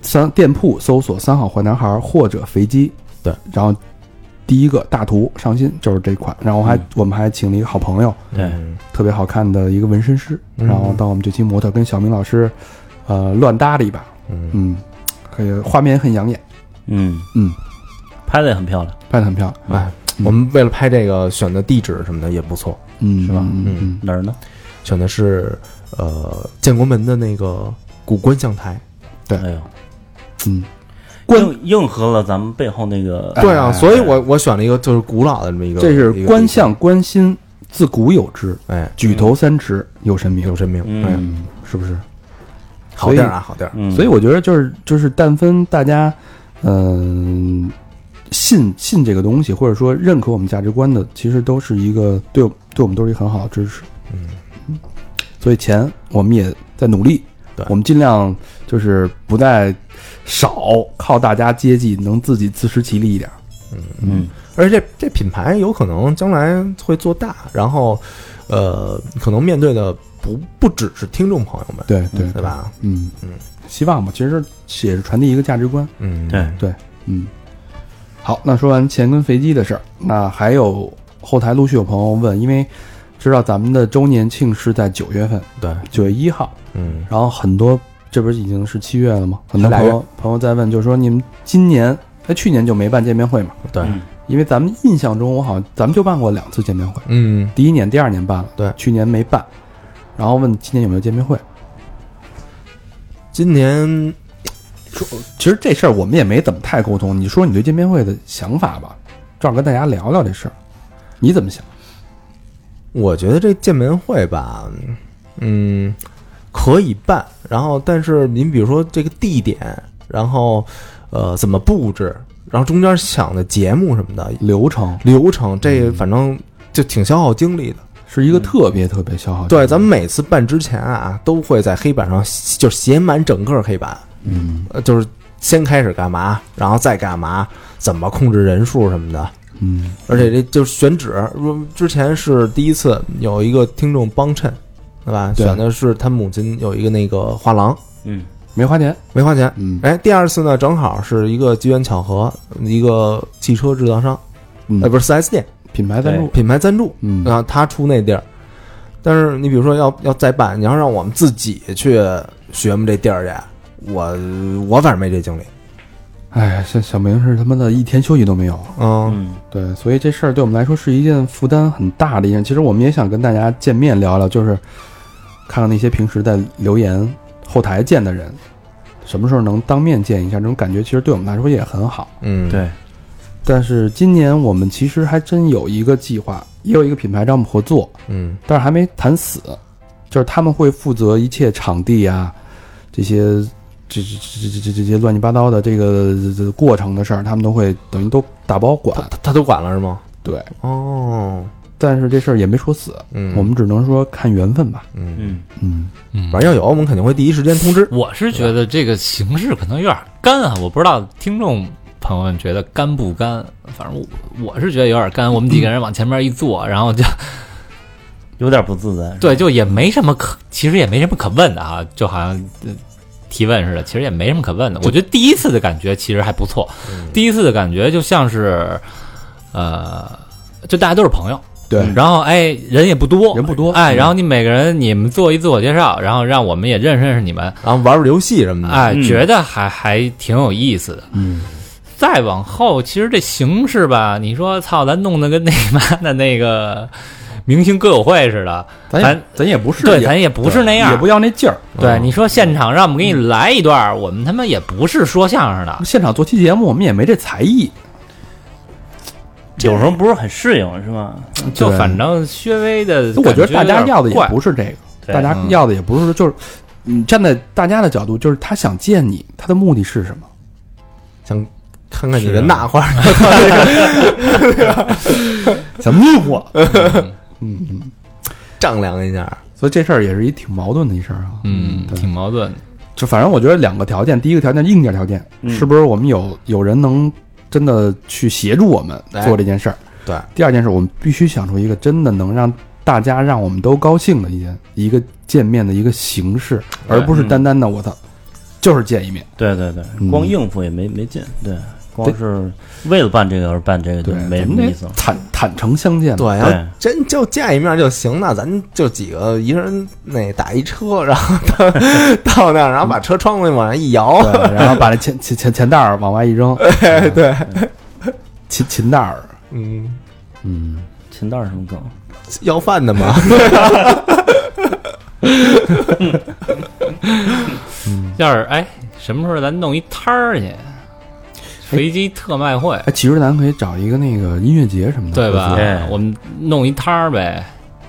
B: 三店铺搜索“三好坏男孩”或者“肥鸡”，
C: 对，
B: 然后第一个大图上新就是这款，然后我还、
D: 嗯
B: 我们还请了一个好朋友，
D: 对
C: 嗯
B: 特别好看的一个纹身师，
C: 嗯
B: 然后到我们这期模特跟小明老师，呃，乱搭了一把，
C: 嗯，
B: 嗯，可以，画面很养眼，
D: 嗯
B: 嗯，
D: 拍的也很漂亮，
B: 拍的很漂亮，
C: 哎，我们为了拍这个选的地址什么的也不错，
B: 嗯，
D: 是吧
B: 嗯嗯
D: 哪儿呢？
C: 选的是呃建国门的那个古观象台。
B: 对
D: 哎呦，
B: 嗯，关哎
D: 应应和了咱们背后那个，
C: 对啊，所以我我选了一个就是古老的这么一个，
B: 这是
C: 一个地
B: 观
C: 方，
B: 象观心，自古有之，
C: 哎，
B: 举头三尺有神明
C: 有，神明，
D: 嗯
C: 哎，
B: 是不是？
C: 好地儿啊，好地儿，
D: 嗯，
B: 所以我觉得就是就是，但分大家，嗯、信信这个东西，或者说认可我们价值观的，其实都是一个对我对我们都是一个很好的支持。
C: 嗯，
B: 所以钱我们也在努力，
C: 对
B: 我们尽量就是不再少靠大家接济，能自己自食其力一点。
D: 嗯，
C: 而且这这品牌有可能将来会做大，然后，呃，可能面对的不不只是听众朋友们，
B: 对对
C: 对？吧？
B: 嗯
C: 嗯，
B: 希望吧，其实也是传递一个价值观。
C: 嗯，
D: 对，
B: 嗯，好，那说完钱跟肥鸡的事儿，那还有后台陆续有朋友问，因为知道咱们的周年庆是在九月份，
C: 对，
B: 九月一号，
C: 嗯
B: 然后很多这不是已经是七月了吗？很多
C: 还
B: 朋
C: 俩
B: 友朋友在问，就说你们今年哎去年就没办见面会嘛？
C: 对，
D: 嗯
B: 因为咱们印象中我好像咱们就办过两次见面会，
C: 嗯，
B: 第一年、第二年办了，
C: 对
B: 去年没办，然后问今年有没有见面会。
C: 今年
B: 其实这事儿我们也没怎么太沟通。你说你对见面会的想法吧，正好跟大家聊聊这事儿，你怎么想？
C: 我觉得这见面会吧，嗯，可以办，然后但是您比如说这个地点，然后呃怎么布置，然后中间想的节目什么的
B: 流程
C: 流程，这反正就挺消耗精力的。
B: 是一个特别特别消耗。
C: 嗯对，咱们每次办之前啊，都会在黑板上就是写满整个黑板，
B: 嗯
C: 呃，就是先开始干嘛，然后再干嘛，怎么控制人数什么的。
B: 嗯
C: 而且这就是选址，如之前是第一次有一个听众帮衬，对吧？
B: 对
C: 选的是他母亲有一个那个画廊，
D: 嗯，
B: 没花钱，
C: 没花钱。
B: 嗯
C: 哎，第二次呢，正好是一个机缘巧合，一个汽车制造商，
B: 嗯哎
C: 呃，，不是啊四 S 店
B: 品牌赞助，
C: 品牌赞助，
B: 嗯
C: 然后他出那地儿。但是你比如说要要再办，你要让我们自己去学摸这地儿去，我我反正没这精力。
B: 哎，像小明是他妈的一天休息都没有，
C: 嗯
D: 嗯，
B: 对，所以这事儿对我们来说是一件负担很大的一件。其实我们也想跟大家见面聊聊，就是看看那些平时在留言后台见的人，什么时候能当面见一下，这种感觉其实对我们来说也很好。
C: 嗯，，
D: 对，
B: 但是今年我们其实还真有一个计划，也有一个品牌找我们合作，
C: 嗯
B: 但是还没谈死，就是他们会负责一切场地啊，这些这这这这这这些乱七八糟的这个这这过程的事儿，他们都会等于都打包管
C: 他。他他都管了是吗？
B: 对，
C: 哦，
B: 但是这事儿也没说死，
C: 嗯，
B: 我们只能说看缘分吧。
C: 嗯，
D: 嗯，
B: 嗯，
E: 嗯
C: 反正要有，我们肯定会第一时间通知。
E: 我是觉得这个形式可能有点干啊，我不知道听众朋友们觉得干不干，反正我我是觉得有点干。我们几个人往前面一坐，然后就
D: 有点不自在。
E: 对，就也没什么可，其实也没什么可问的啊，就好像、呃提问似的，其实也没什么可问的。我觉得第一次的感觉其实还不错，
B: 嗯
E: 第一次的感觉就像是，呃，就大家都是朋友。
B: 对
E: 然后哎，人也不
B: 嗯
E: 多，
B: 人不多嗯
E: 哎，然后你每个人你们做一自我介绍，然后让我们也认识认识你们，
C: 然后玩玩游戏什么的。
E: 哎，
D: 嗯
E: 觉得还还挺有意思的。嗯，再往后，其实这形式吧，你说操，咱弄得跟那 妈的那个明星歌友会似的，
B: 咱
E: 咱
B: 也咱也不是，
E: 对，
B: 也
E: 咱也不是那样，
B: 也不要那劲儿。
E: 对，你说现场让我们给你来一段儿，我们他妈也不是说相声的，
B: 现场做期节目，我们也没这才艺。
D: 有时候不是很适应，是吗？
E: 就
B: 嗯对
E: 反正薛微的，
B: 我觉得大家要的也
E: 怪，
B: 不是这个，
D: 对
B: 大家
E: 嗯
B: 要的也不是说就是，你站在大家的角度，就是他想见你，他的目的是什么？
C: 想看看你的那花，
B: 想灭我。
C: 丈量一下。
B: 所以这事儿也是一挺矛盾的一事儿啊。
E: 嗯，
B: 对
E: 挺矛盾的。
B: 就反正我觉得两个条件，第一个条件硬件条件，
D: 嗯
B: 是不是我们有有人能真的去协助我们
C: 哎
B: 做这件事儿？
C: 对，
B: 第二件事，我们必须想出一个真的能让大家让我们都高兴的一件一个见面的一个形式，
D: 对
B: 而不是单单的我操，就是见一面。
D: 对对对
B: 嗯，
D: 光应付也没没劲，对，光是为了办这个而办这个就
B: 对，咱
D: 没什
B: 们
D: 么
B: 得
D: 意思了。
B: 坦坦诚相见嘛。
C: 对，
D: 对
C: 要真就见一面就行，那咱就几个一人那打一车，然后 到到那儿，然后把车窗户往上一摇，
B: 对，啊然后把那钱钱钱钱袋儿往外一 扔，对哎对，钱钱袋儿，
C: 嗯，
B: 嗯，
D: 秦道什么梗？
C: 要饭的嘛。
E: 要是哎，什么时候咱弄一摊儿去？飞机特卖会，
B: 哎哎，其实咱可以找一个那个音乐节什么的，
E: 对吧
D: 哎？
E: 我们弄一摊儿呗，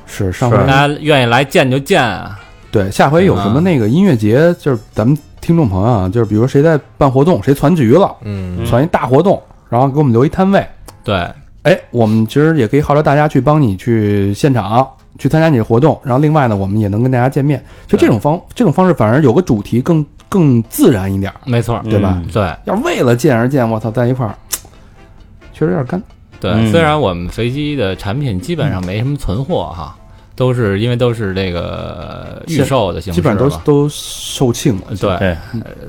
B: 是上回
E: 大家愿意来见就见啊。
B: 对，下回有什么那个音乐节，就是咱们听众朋友啊，就是比如谁在办活动，谁攒局了，
C: 嗯，
B: 攒一大活动，然后给我们留一摊位，
E: 对，
B: 哎，我们其实也可以号召大家去帮你去现场去参加你的活动，然后另外呢，我们也能跟大家见面，就这种方这种方式反而有个主题更更自然一点儿，
E: 没错儿，
B: 嗯对吧？
E: 对
B: 要是为了见而见，我操，在一块儿，确实有点干。
E: 对，
D: 嗯
E: 虽然我们肥鸡的产品基本上没什么存货哈，都是因为都是这个预
B: 现
E: 售的形
B: 基
E: 式
B: 本
E: 吧，
B: 上都都售罄了。
E: 对，
D: 对，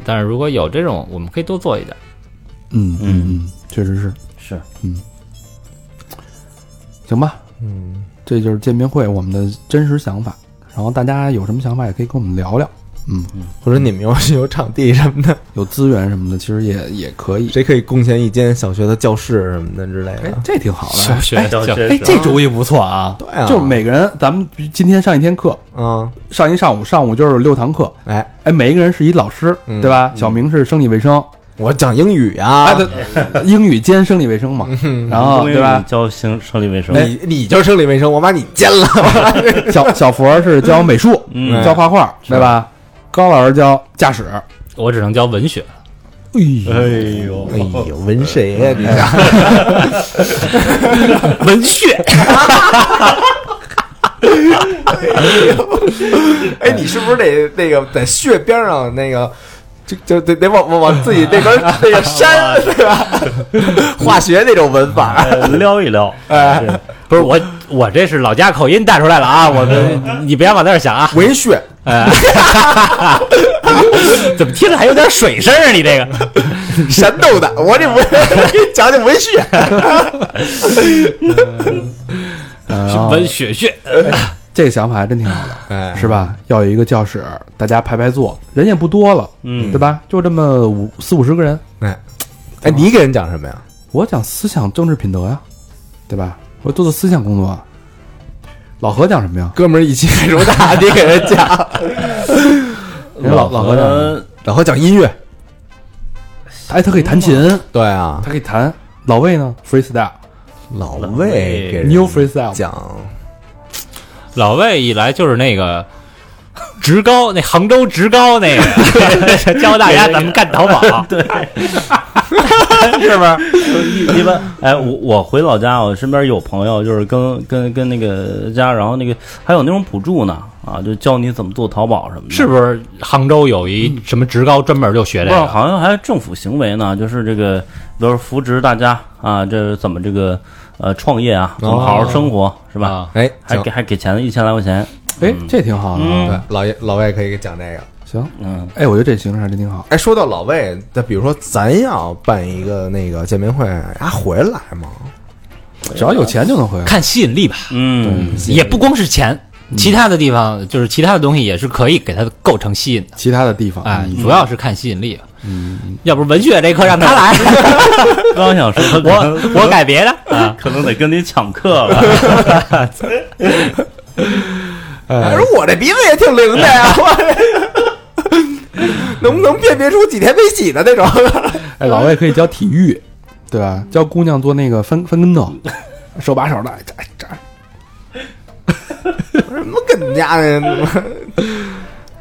E: 但是如果有这种，我们可以多做 一点。
B: 嗯
D: 嗯
B: 嗯，确实是。嗯
D: 是
B: 行吧，
C: 嗯，
B: 这就是见面会我们的真实想法。然后大家有什么想法也可以跟我们聊聊，
C: 或者你们要是有场地什么的，
B: 有资源什么的，其实也也可以。
C: 谁可以贡献一间小学的教室什么的之类
B: 哎
C: 的，？
B: 这挺好的。
E: 小学
D: 小
E: 小
D: 学
B: 哎，
D: 生
B: 这主意不错啊！
C: 对啊，
B: 就是每个人，咱们今天上一天课，
C: 嗯，
B: 上一上午，上午就是六堂课。
C: 哎，
B: 哎，每一个人是一老师，
C: 嗯
B: 对吧？小明是生理卫生，
C: 我讲英语啊
B: 哎，，对，英语兼生理卫生嘛，
D: 嗯
B: 然后啊对吧？哎
D: 教生生理卫生，
C: 你你就是生理卫生，我把你 奸了。
B: 小小佛是教美术，
D: 嗯
B: 教画画，对吧？高老师教驾驶，
E: 我只能教文学，
D: 哎呦，
C: 哎呦，文谁呀、你啊 这
E: 文学，
C: 哎，你是不是得那个在血边上那个，就就得得往往往自己 那边那个山是吧？化学那种文法，
D: 呃撩一撩，
C: 哎，
E: 不是我，我这是老家口音带出来了
B: 哎
E: 啊！我们你别往那儿想啊，
C: 文学
E: 怎么听着还有点水声啊？你这个，
C: 山豆的，我这 文给你讲讲文学，
E: 文学学，
B: 这个想法还真挺好的，
C: 哎
B: 是吧？要有一个教室，大家排排坐，人也不多了，
D: 嗯
B: 对吧？就这么五四五十个人，
C: 哎哎，你给人讲什么呀？
B: 我讲思想政治品德呀，对吧？我做的思想工作啊。老何讲什么呀？
C: 哥们儿一起开除 大，你给人讲，
B: 人老老何讲什么，
D: 何
C: 然后讲音乐，
B: 哎，他可以弹琴，
C: 对啊
B: 他，可以弹。老魏呢，freestyle，
C: 老魏给人
B: New freestyle
C: 讲，
E: 老魏一来就是那个职高，那杭州职高那 个教大家怎么干淘宝， 对，是不是？
D: 一一般，哎，我我回老家，我身边有朋友就是跟跟跟那个家，然后那个还有那种补助呢，啊，就教你怎么做淘宝什么的，
E: 是不是杭州有一什么职高专门就学
D: 不
E: 这
D: 知道，
E: 个？
D: 好像还有政府行为呢，就是这个，比如扶植大家啊，这怎么这个呃创业啊，怎么好好生活、是吧？
E: 啊
C: 哎，
D: 还
C: 讲
D: 给还给钱了一千来块钱，
B: 哎，这挺好的啊。
C: 对老爷老魏可以给讲这个。
B: 行，
D: 嗯，
B: 哎，我觉得这形式还真挺好。
C: 哎，说到老魏，那比如说咱要办一个那个见面会，他、回来吗？
B: 只要有钱就能回来。
E: 看吸引力吧，
D: 嗯，
E: 也不光是钱，其他的地方就是其他的东西也是可以给它构成吸引的。
B: 其他的地方，
E: 哎，主要是看吸引力。嗯，要不文学这课让他来，
D: 刚想说，
E: 我 我改别的啊。
D: 可能得跟你抢课了，
C: 他说我这鼻子也挺灵的呀，我这 能不能辨别出几天没洗的那种？
B: 哎，老魏可以教体育，对吧？教姑娘做那个翻翻跟头，手把手的，哎这哎这
C: 我说什么跟你家那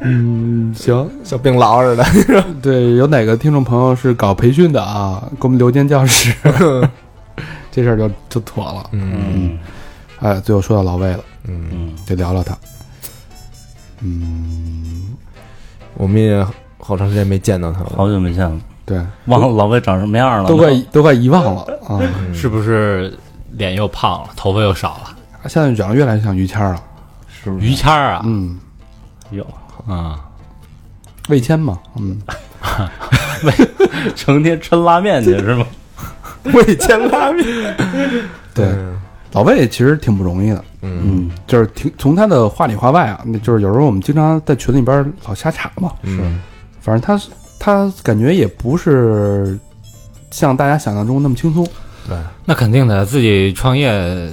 B: 嗯，行，
C: 小病痨似的？
B: 对，有哪个听众朋友是搞培训的啊？给我们留间教 室，这事儿就就妥了。
D: 嗯
B: 哎，最后说到老魏了，
D: 嗯，
B: 得聊聊他。
C: 我们也好长时间没见到他了，
D: 好久没见了，
B: 对，
D: 忘了老魏长什么样了，
B: 都快都快遗忘了啊！
E: 是不是脸又胖了，头发又少了？
B: 现在长得越来越像于谦儿了。
D: 是不是？
E: 于谦儿啊，
B: 嗯，
D: 有
E: 啊，
B: 魏谦嘛，嗯，
D: 成天抻拉面去 是吗？
C: 未见拉面。
B: 对，老魏其实挺不容易的。
C: 嗯，
D: 嗯
B: 就是挺从他的话里话外啊，那就是有时候我们经常在群里边老瞎插嘛，
C: 是
B: 反正他是他感觉也不是像大家想象中那么轻松，
E: 那肯定的，自己创业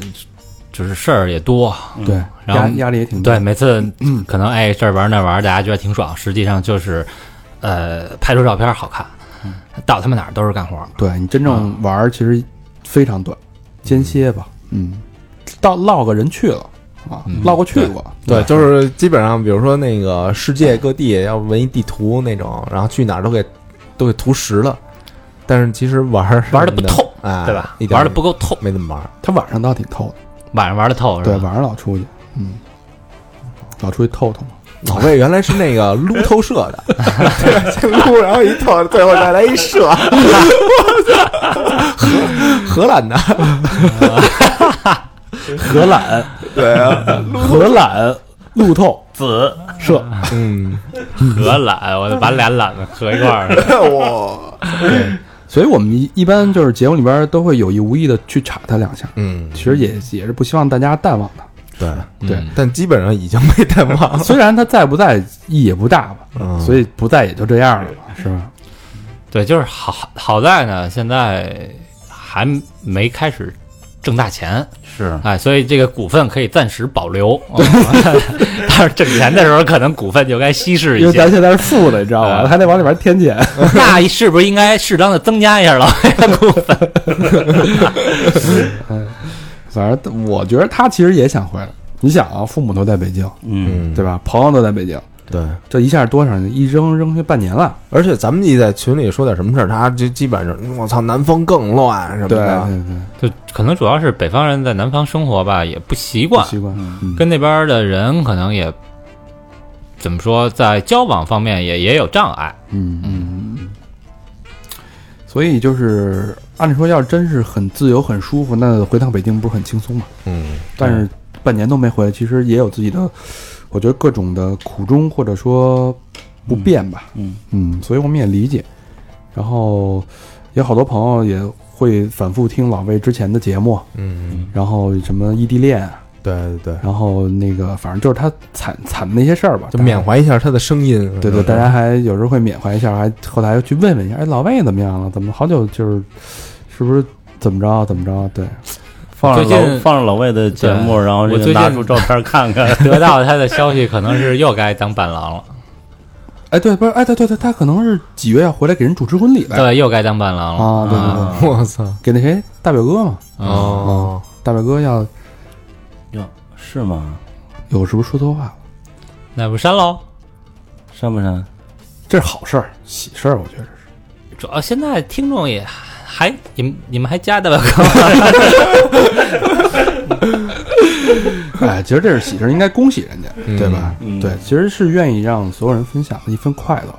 E: 就是事儿也多，
B: 对，
E: 嗯然
B: 压
E: 后
B: 压力也挺大
E: 对，，每次 可能哎这儿玩儿那儿玩儿，大家觉得挺爽，实际上就是呃拍出照片儿好看，到他们哪儿都是干活儿。
B: 对你真
E: 嗯
B: 正玩儿其实非常短，间歇吧，嗯，到落个人去了啊，
E: 嗯
B: 落过去过，
C: 嗯对，就是基本上，比如说那个世界各地要纹一地图那种，然后去哪儿都给都给图实了，但是其实玩儿
E: 玩得不透，
C: 哎，
E: 对吧
C: 一？点
E: 玩的不够透，
C: 没怎么玩儿。
B: 他晚上倒挺透的，
E: 晚上玩的透是
B: 对，
E: 吧？
B: 晚上老出去，嗯，老出去透透嘛，
C: 老魏原来是那 个撸透射的，先撸，然后一透，最后再来一射。荷 荷兰的，
B: 荷兰，
C: 对啊，
B: 荷兰路透
D: 子
B: 射，
C: 嗯，
E: 合懒，我就把俩懒子合一块儿 了。
C: 我，
B: 所以我们一一般就是节目里边都会有意无意的去插他两下，
C: 嗯，
B: 其实也也是不希望大家淡忘他。
C: 对
B: 对
E: 嗯
C: 但基本上已经被淡忘了。
B: 虽然他在不在意义也不大吧，
C: 嗯
B: 所以不在也就这样了吧，是吧？
E: 对，就是好好在呢，现在还没开始挣大钱，
D: 是
E: 哎，所以这个股份可以暂时保留。啊 但是挣钱的时候，可能股份就该稀释
B: 因
E: 一
B: 为咱
E: 些。
B: 现在是负的，你知道吗？
E: 哎
B: 还得往里边添钱。
E: 那是不是应该适当的增加一下老魏的股份？
B: 反正我觉得他其实也想回来。你想啊，父母都在北京，
D: 嗯
B: 对吧？朋友都在北京，
C: 对，
B: 这一下多少人一扔扔下半年了，
C: 而且咱们一在群里说点什么事儿，他就基本上我操，南方更乱什么
B: 对
C: 的，
B: 对对，
E: 就可能主要是北方人在南方生活吧，也不习
B: 不
E: 惯，
B: 习惯，嗯
E: 跟那边的人可能也怎么说，在交往方面也也有障碍。
B: 嗯嗯，所以就是按理说，要是真是很自由很舒服，那回趟北京不是很轻松嘛？
C: 嗯，
B: 但是半年都没回来，其实也有自己的，我觉得各种的苦衷或者说不便吧。
D: 嗯
B: 嗯，所以我们也理解。然后有好多朋友也会反复听老魏之前的节目，
C: 嗯，
B: 然后什么异地恋，
C: 对对对，
B: 然后那个反正就是他惨惨的那些事儿吧，
C: 就
B: 大家
C: 缅怀一下他的声音，
B: 对对，大家还有时候会缅怀一下，还后来又去问问一下，哎，老魏怎么样了？怎么好久就是是不是怎么着怎么着？对，
D: 放上
E: 最近
D: 老放上老魏的节目，然后
E: 我
D: 这个
E: 最近
D: 拿出照片看看。
E: 得到他的消息，可能是又该当伴郎了，
B: 哎对，不是，哎对对对，他可能是几月要回来给人主持婚礼来
E: 对，又该当伴郎了
B: 啊？对对对，
C: 我操，
B: 给那谁大表哥嘛，
E: 嗯，
C: 哦，
B: 大表哥要
D: 哟，是吗？
B: 有是不是说错话了？
E: 那不删喽？
D: 删不删？
B: 这是好事儿，喜事儿，我觉得是。
E: 主要现在听众也还你们你们还加大表哥吗？
B: 哎，其实这是喜事儿，应该恭喜人家，对吧？
D: 嗯
B: 对，其实是愿意让所有人分享的一份快乐。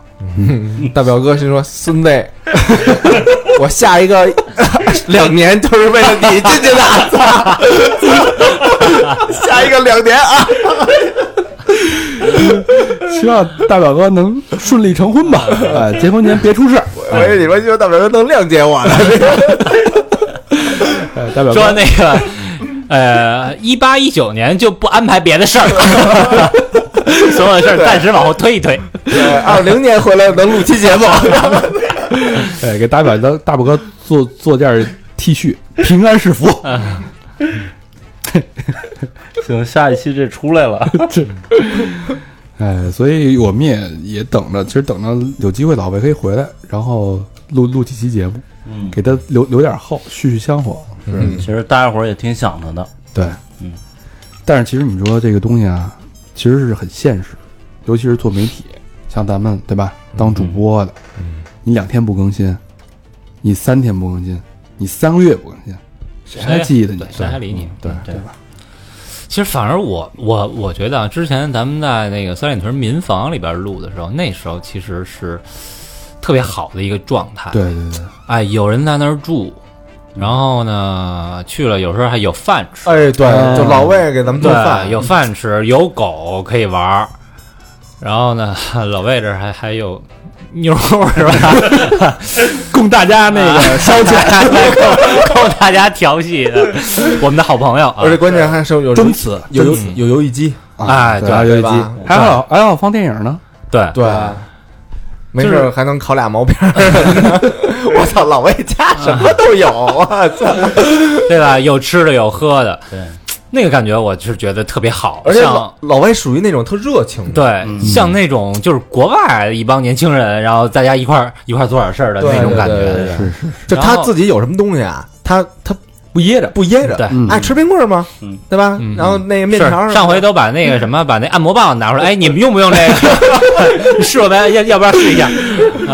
C: 大表哥心说：“孙子， 我下一个 两年就是为了你进去的，操！ 下一个两年啊，
B: 希望大表哥能顺利成婚吧， 哎，结婚前别出事儿。
C: 我以为你们希望大表哥能谅解我 呢。
B: 哎，大表哥
E: 说那个呃，一八一九年就不安排别的事儿了，所有的事儿暂时往后推一推。
C: 对，二零年回来能录期节目，
B: 哎，给大表哥大表哥做做件 T 恤，平安是福。
D: 行，下一期这出来 了。
B: 哎，所以我们也也等着，其实等着有机会老魏可以回来，然后录录几期节目，
D: 嗯，
B: 给他留留点后，续续香火。
D: 其实大家伙儿也挺想他的。
B: 对，
D: 嗯。
B: 但是其实你说这个东西啊，其实是很现实，尤其是做媒体，像咱们对吧，当主播的，你两天不更新，你三天不更新，你三个月不更新，谁还记得你？
E: 对谁还理你？
B: 对
D: 对
B: 对吧？
E: 其实反而我我我觉得啊，之前咱们在那个三里屯民房里边录的时候，那时候其实是特别好的一个状态。
B: 对对对，
E: 哎，有人在那儿住，然后呢去了，有时候还有饭吃，
C: 哎，对，就老魏给咱们做饭
E: 对，，有饭吃，有狗可以玩儿。然后呢，老魏这儿还还有妞儿是吧？
B: 供大家那个
E: 烧起来 供供大家调戏的，我们的好朋友啊
C: 而且，关键还是有
B: 宗祠，
C: 有游有游戏机，
E: 哎对
B: 啊，游戏
C: 对
B: 机
C: 吧
B: 还好，还好放电影呢。
E: 对
C: 对。”啊没事儿还能烤俩毛片 儿，我操！老魏家什么都有，我操！
E: 对吧？有吃的，有喝的，
D: 对，
E: 那个感觉我是觉得特别好，
C: 而且老嗯
E: 像。
C: 老魏属于那种特热情的，
E: 对，像那种就是国外一帮年轻人，然后大家一块儿一块儿做点事儿的
C: 对
E: 那种感
C: 对对对
E: 觉，
C: 对
B: 是是，
C: 就
E: 然
C: 他
E: 后
C: 自己有什么东西啊，他他不掖着，不掖着，
E: 对
B: 嗯
C: 爱吃冰棍儿吗？
D: 嗯
C: 对吧
E: 嗯？
C: 然后那个面条儿
E: 是上回都把那个 什么，把那按摩棒拿出来，哎，你们用不用这个？ 你试过没？要要不要试一 下？啊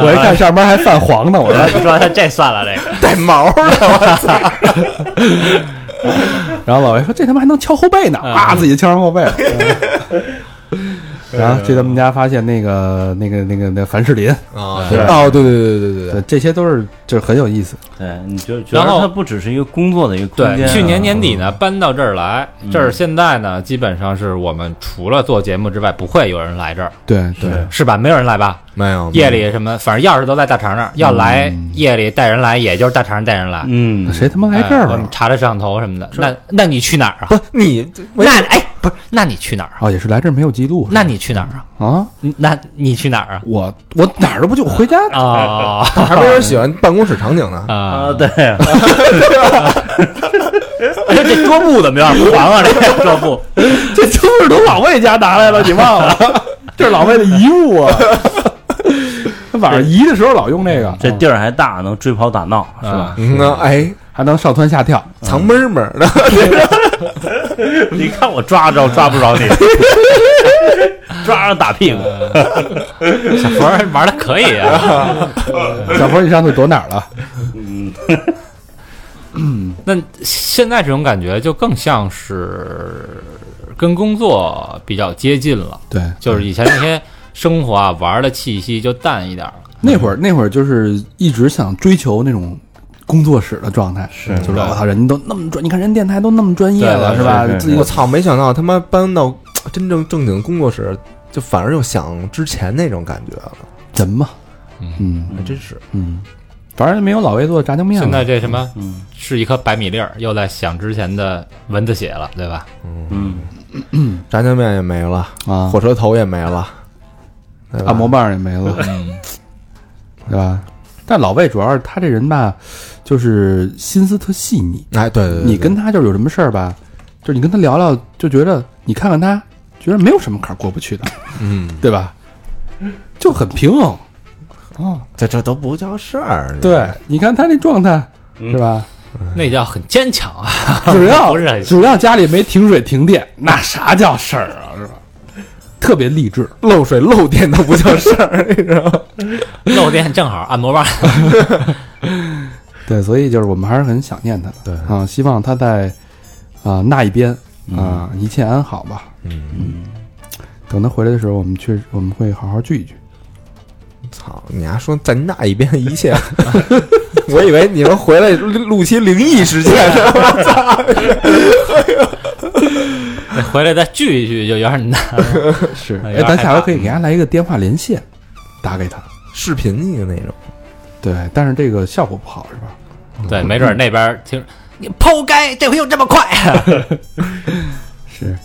B: 我一看上边还泛黄呢，我说。
E: 我说这算了，这个
C: 带毛儿的，
B: 然后老魏说：“这他妈还能敲后背呢！”啊，自己敲上后背了。然后去他们家发现那个那个那个那个凡士林，
C: 啊
B: 对
C: 哦，对对对对对
B: 对，这些都是就是很有意思。
D: 对，你就觉得
E: 然后
D: 它不只是一个工作的一个空
B: 嗯
E: 对。
D: 间啊。
E: 去年年底呢，搬到这儿来，这儿现在呢，基本上是我们除了做节目之外，不会有人来这儿，
B: 对对，嗯
E: 是吧？没有人来吧？
C: 没有
E: 夜里什么，反正钥匙都在大肠那儿，要来夜里带人来，也就是大肠带人来。
D: 嗯，
B: 谁他妈来这儿
E: 哎我
B: 了
E: 们？查查摄像头什么的。那那你去哪儿啊？
C: 不你
E: 那哎，不是，那你去哪儿啊？
B: 哦，也是来这儿没有记录。
E: 那你去哪儿啊？
B: 啊，
E: 那你去哪 儿啊？
B: 我我哪儿都不去，我回 家
E: 啊
C: 还没人喜欢办公室场景呢，
E: 啊
D: 啊，！对，
E: 这桌布怎么样？黄啊，这桌布。
B: 这秋 儿都老魏家拿来了，你忘了？这是老魏的遗物啊。他晚上移的时候老用这个，
D: 这地儿还大，能追跑打闹
E: 啊
D: 是吧？
C: 嗯那哎，
B: 还能上蹿下跳。
C: 藏闷闷的，
D: 你看我抓着抓不着你，抓着打屁股。
E: 小佛儿玩的可以啊。
B: 小佛，你上次躲哪儿了？
E: 那现在这种感觉就更像是跟工作比较接近了，
B: 对，
E: 就是以前那些生活啊玩的气息就淡一点了。
B: 那会儿那会儿就是一直想追求那种工作室的状态，是就是我操，人都那么专，你看人电台都那么专业了，
E: 对对
B: 是吧
D: 是是？是
B: 自己
C: 我操！没想到他妈搬到真正正经工作室，就反而又想之前那种感觉了，
B: 人嘛，嗯
C: 还真是。
B: 嗯，反正没有老魏做的炸酱面了。
E: 现在这什么
D: 嗯
E: 是一颗白米粒儿，又在想之前的蚊子血了，对吧？
D: 嗯，
C: 炸酱面也没了，
B: 啊
C: 火，车头也没了，对吧
B: 按摩棒也没了，对吧？但老魏主要是他这人吧，就是心思特细腻，
C: 哎，对对对，
B: 你跟他就是有什么事儿吧，就是你跟他聊聊，就觉得你看看他，觉得没有什么坎儿过不去的，
C: 嗯，
B: 对吧？就很平衡。哦，
C: 这这都不叫事儿。
B: 对，你看他那状态，
C: 嗯
B: 是 吧？
E: 那叫很坚强啊！
B: 只要
E: 不是很
B: 只要家里没停水停电，那啥叫事儿啊？是吧？特别励志，
C: 漏水漏电都不叫事儿，你知道吗？
E: 漏电正好按摩棒，
B: 对，所以就是我们还是很想念他的，
C: 对
B: 啊，希望他在啊、那一边啊、一切安好吧。
C: 嗯，
B: 等他回来的时候，我们去我们会好好聚一聚。
C: 操！你还说在那一边一 切，我以为你们回来录录期灵异事件呢。
E: 回来再聚一聚就有点难。
B: 是，
E: 哎
B: 哎，
E: 有点
B: 咱
E: 害
B: 下回
E: 怕
B: 可以给他来一个电话连线，打给他。
C: 视频一个那种，
B: 对，但是这个效果不好是吧？
E: 对，没准儿那边儿听你抛该，这回又这么快，
B: 是。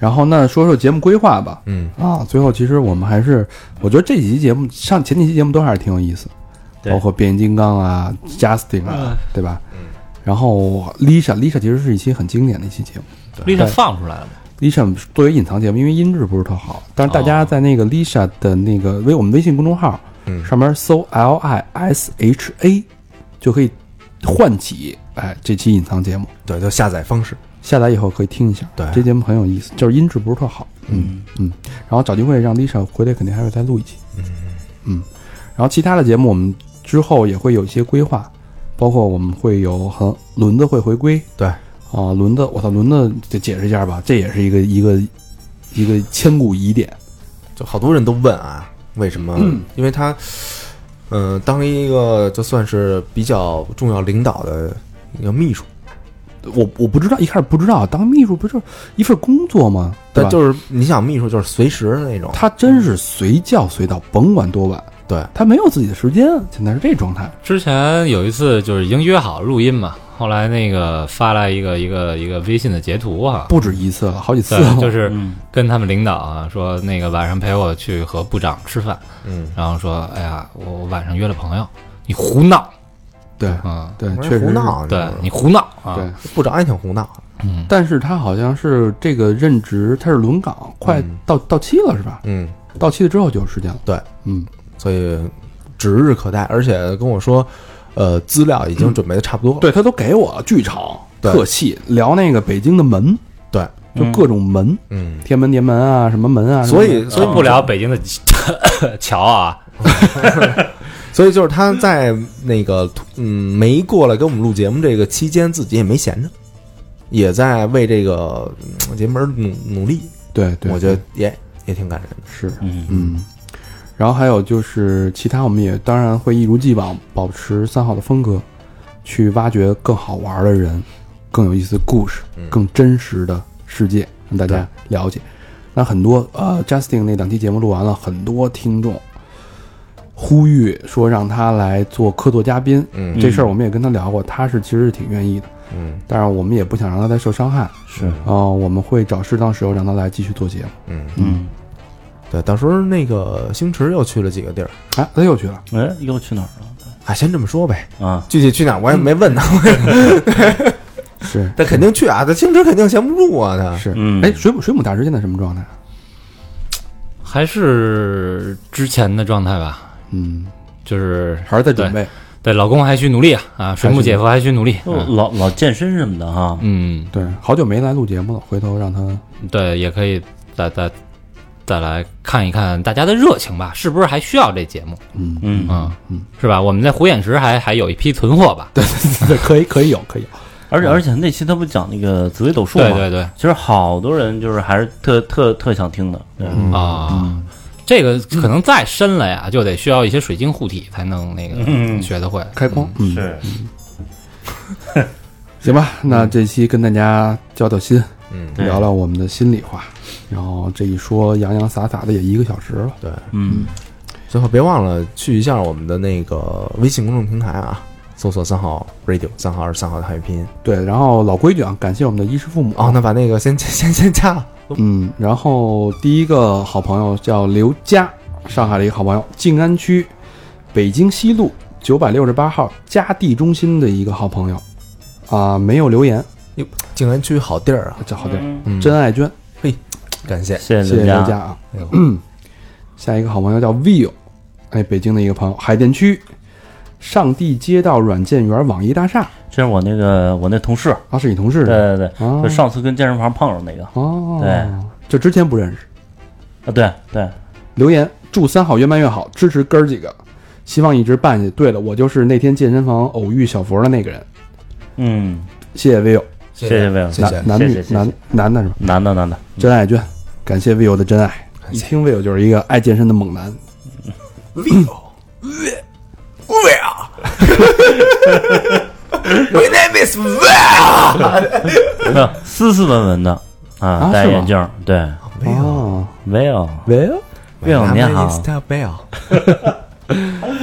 B: 然后那说说节目规划吧。
C: 嗯
B: 啊，最后其实我们还是，我觉得这几期节目上前几期节目都还是挺有意思，
D: 对
B: 包括变形金刚啊、Justin 啊，对吧？
C: 嗯
B: 然后 Lisa，Lisa 其实是一期很经典的一期节目。
E: 立刻放出来了嘛。
B: Lisa 作为隐藏节目，因为音质不是特好，但是大家在那个 Lisa 的那个微我们微信公众号
C: 哦嗯
B: 上面搜 L I S H A，就可以唤起哎这期隐藏节目，
C: 对，就下载方式。
B: 下载以后可以听一下。
C: 对
B: 这节目很有意思，就是音质不是特好。嗯嗯，然后找机会让 Lisa 回来，肯定还会再录一期。嗯然后其他的节目我们之后也会有一些规划，包括我们会有很轮子会回归，
C: 对，
B: 啊，轮子，我操，轮子得解释一下吧，这也是一个一个一个千古疑点。
C: 就好多人都问啊，为什么？因为他，嗯、当一个就算是比较重要领导的一个秘书，
B: 我我不知道，一开始不知道，当秘书不就是一份工作吗？对
C: 但
B: 吧？
C: 就是你想，秘书就是随时的那种，
B: 他真是随叫随到，甭管多晚，
C: 对，
B: 他没有自己的时间，现在是这状态。
E: 之前有一次就是已经约好录音嘛，后来那个发来一个一个一个微信的截图啊，
B: 不止一次了，好几次了
E: 对，。就是
D: 嗯
E: 跟他们领导啊说那个晚上陪我去和部长吃饭，
C: 嗯，
E: 然后说哎呀我我晚上约了朋友，你胡闹，
B: 对
E: 嗯，
B: 对，
C: 我
B: 确
C: 说
B: 实是
C: 胡。闹，
E: 对
C: 知道吗
E: 你胡闹啊，
B: 对，
C: 部长也挺胡闹，
B: 但是他好像是这个任职，他是轮岗，快
C: 嗯
B: 到到期了是吧？
C: 嗯，
B: 到期了之后就有时间了。
C: 对，
B: 嗯，
C: 所以指日可待，而且跟我说，呃，资料已经准备的差不多了，
B: 对他都给我了，巨长
C: 对
B: 特细，聊那个北京的门，
C: 对，
B: 就各种门，
C: 嗯，
B: 天安门、叠门啊，什么门啊，
C: 所以所
E: 所
C: 以
E: 以嗯不聊北京的 桥啊，
C: 所以就是他在那个嗯没过来跟我们录节目这个期间，自己也没闲着，也在为这个嗯节目而努努力，
B: 什么的对对，
C: 我觉得也也挺感人的。
B: 是，
D: 嗯
B: 嗯。然后还有就是其他，我们也当然会一如既往保持三好的风格，去挖掘更好玩的人，更有意思的故事，更真实的世界，让大家了解。那很多呃，Justin 那两期节目录完了，很多听众呼吁说让他来做客座嘉宾，
C: 嗯
B: 这事儿我们也跟他聊过，他是其实是挺愿意的，
C: 嗯
B: 但是我们也不想让他再受伤害，
D: 是
B: 啊、我们会找适当时候让他来继续做节目。
C: 嗯，
D: 嗯，
C: 对，到时候那个星驰又去了几个地儿，
B: 哎，他又去了，
D: 哎，又去哪儿了？
C: 啊，先这么说呗，
D: 啊，
E: 嗯
C: 具体去哪儿
B: 嗯
C: 我也 没问他，
B: 是
C: 但肯定去啊，他星驰肯定闲不住啊，他
B: 是，
D: 嗯
B: 哎，水母水母啊大师现在什么状态？
E: 还是之前的状态吧，
B: 嗯，
E: 就是
B: 还是在准备。
E: 对老公还需努力啊啊，水母姐夫还需努力。嗯
D: 哦老老健身什么的哈，
E: 嗯，
B: 对，好久没来录节目了，回头让他
E: 对，也可以再再再来看一看大家的热情吧，是不是还需要这节目？
B: 嗯，
D: 嗯，
E: 嗯嗯，是吧？我们在虎眼石还还有一批存货吧？对
B: 对，可以可以有可以有，
D: 而且而且那期他不讲那个紫薇斗数吗？
E: 对对对
D: 其实好多人就是还是特特特想听的，对
E: 啊，这个可能再深了呀，就得需要一些水晶护体才能那个
D: 嗯
E: 学得会。
B: 开光。嗯，
D: 是
B: 行吧，那这期跟大家交交心，
C: 嗯，
D: 对
B: 聊聊我们的心里话，然后这一说洋洋洒洒的也一个小时了。
C: 对。
D: 嗯，
C: 最后别忘了去一下我们的那个微信公众平台啊，搜索三号 radio，三号是三号的汉语拼音。
B: 对，然后老规矩啊，感谢我们的衣食父母
C: 哦，那把那个先先先加了。
B: 嗯，然后第一个好朋友叫刘佳，上海的一个好朋友，静安区北京西路九百六十八号嘉地中心的一个好朋友，啊、没有留言，
C: 静安区好地儿啊，
B: 这好点，
C: 嗯，
B: 真爱娟，
C: 感谢。
D: 谢
B: 谢谢
D: 嗯刘
B: 刘
D: 佳，
B: 佳啊
C: 哎呦。
B: 嗯，下一个好朋友叫 Will，哎，北京的一个朋友，海淀区上地街道软件园网易大厦，
D: 这是我那个我那同事，
B: 啊，是你同事
D: 对
B: 是吧
D: 对对，
B: 哦
D: 就上次跟健身房碰上那个
B: 哦，
D: 对，
B: 就之前不认识。
D: 啊，对对，
B: 留言祝三好越办越好，支持哥儿几个，希望一直办下去。对了，我就是那天健身房偶遇小佛的那个人。
D: 嗯，
B: 谢谢 Vivo，
D: 谢谢魏老师
C: 谢谢
B: 男男女
D: 谢谢谢谢
B: 男男的是吧？
D: 男的男的，
B: 真爱娟，感谢 Vivo 的真爱。一听 Vivo 就是一个爱健身的猛男。
C: 啊 My name is Will。
D: 没有呃斯斯文文的
B: 啊
D: 啊，戴
B: 是吗
D: 眼镜儿，对
B: 哦
D: ，Will
B: ，Vivo。
D: Will 你好
C: s t e Bell。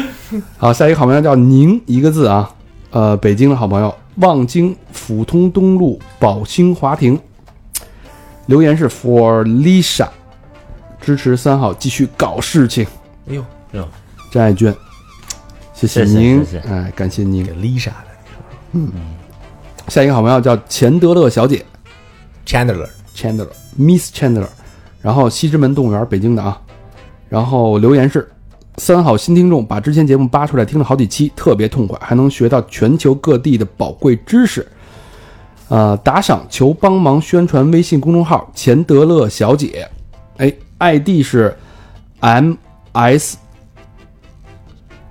B: 好，下一个好朋友叫宁，一个字啊，呃，北京的好朋友，望京府通东路宝兴华庭。留言是 for Lisa，支持三好继续搞事情。
C: 哎呦，
B: 张爱娟，谢
D: 谢谢
B: 您，
D: 谢谢
B: 哎，感谢您
C: 给。Lisa 的
B: 下一个好朋友叫钱德勒小姐
C: Chandler。
B: ，Chandler，Miss Chandler，然后西直门动物园，北京的啊。然后留言是：三好新听众，把之前节目扒出来听了好几期，特别痛快，还能学到全球各地的宝贵知识。呃，打赏求帮忙宣传微信公众号钱德勒小姐，哎，ID 是 M S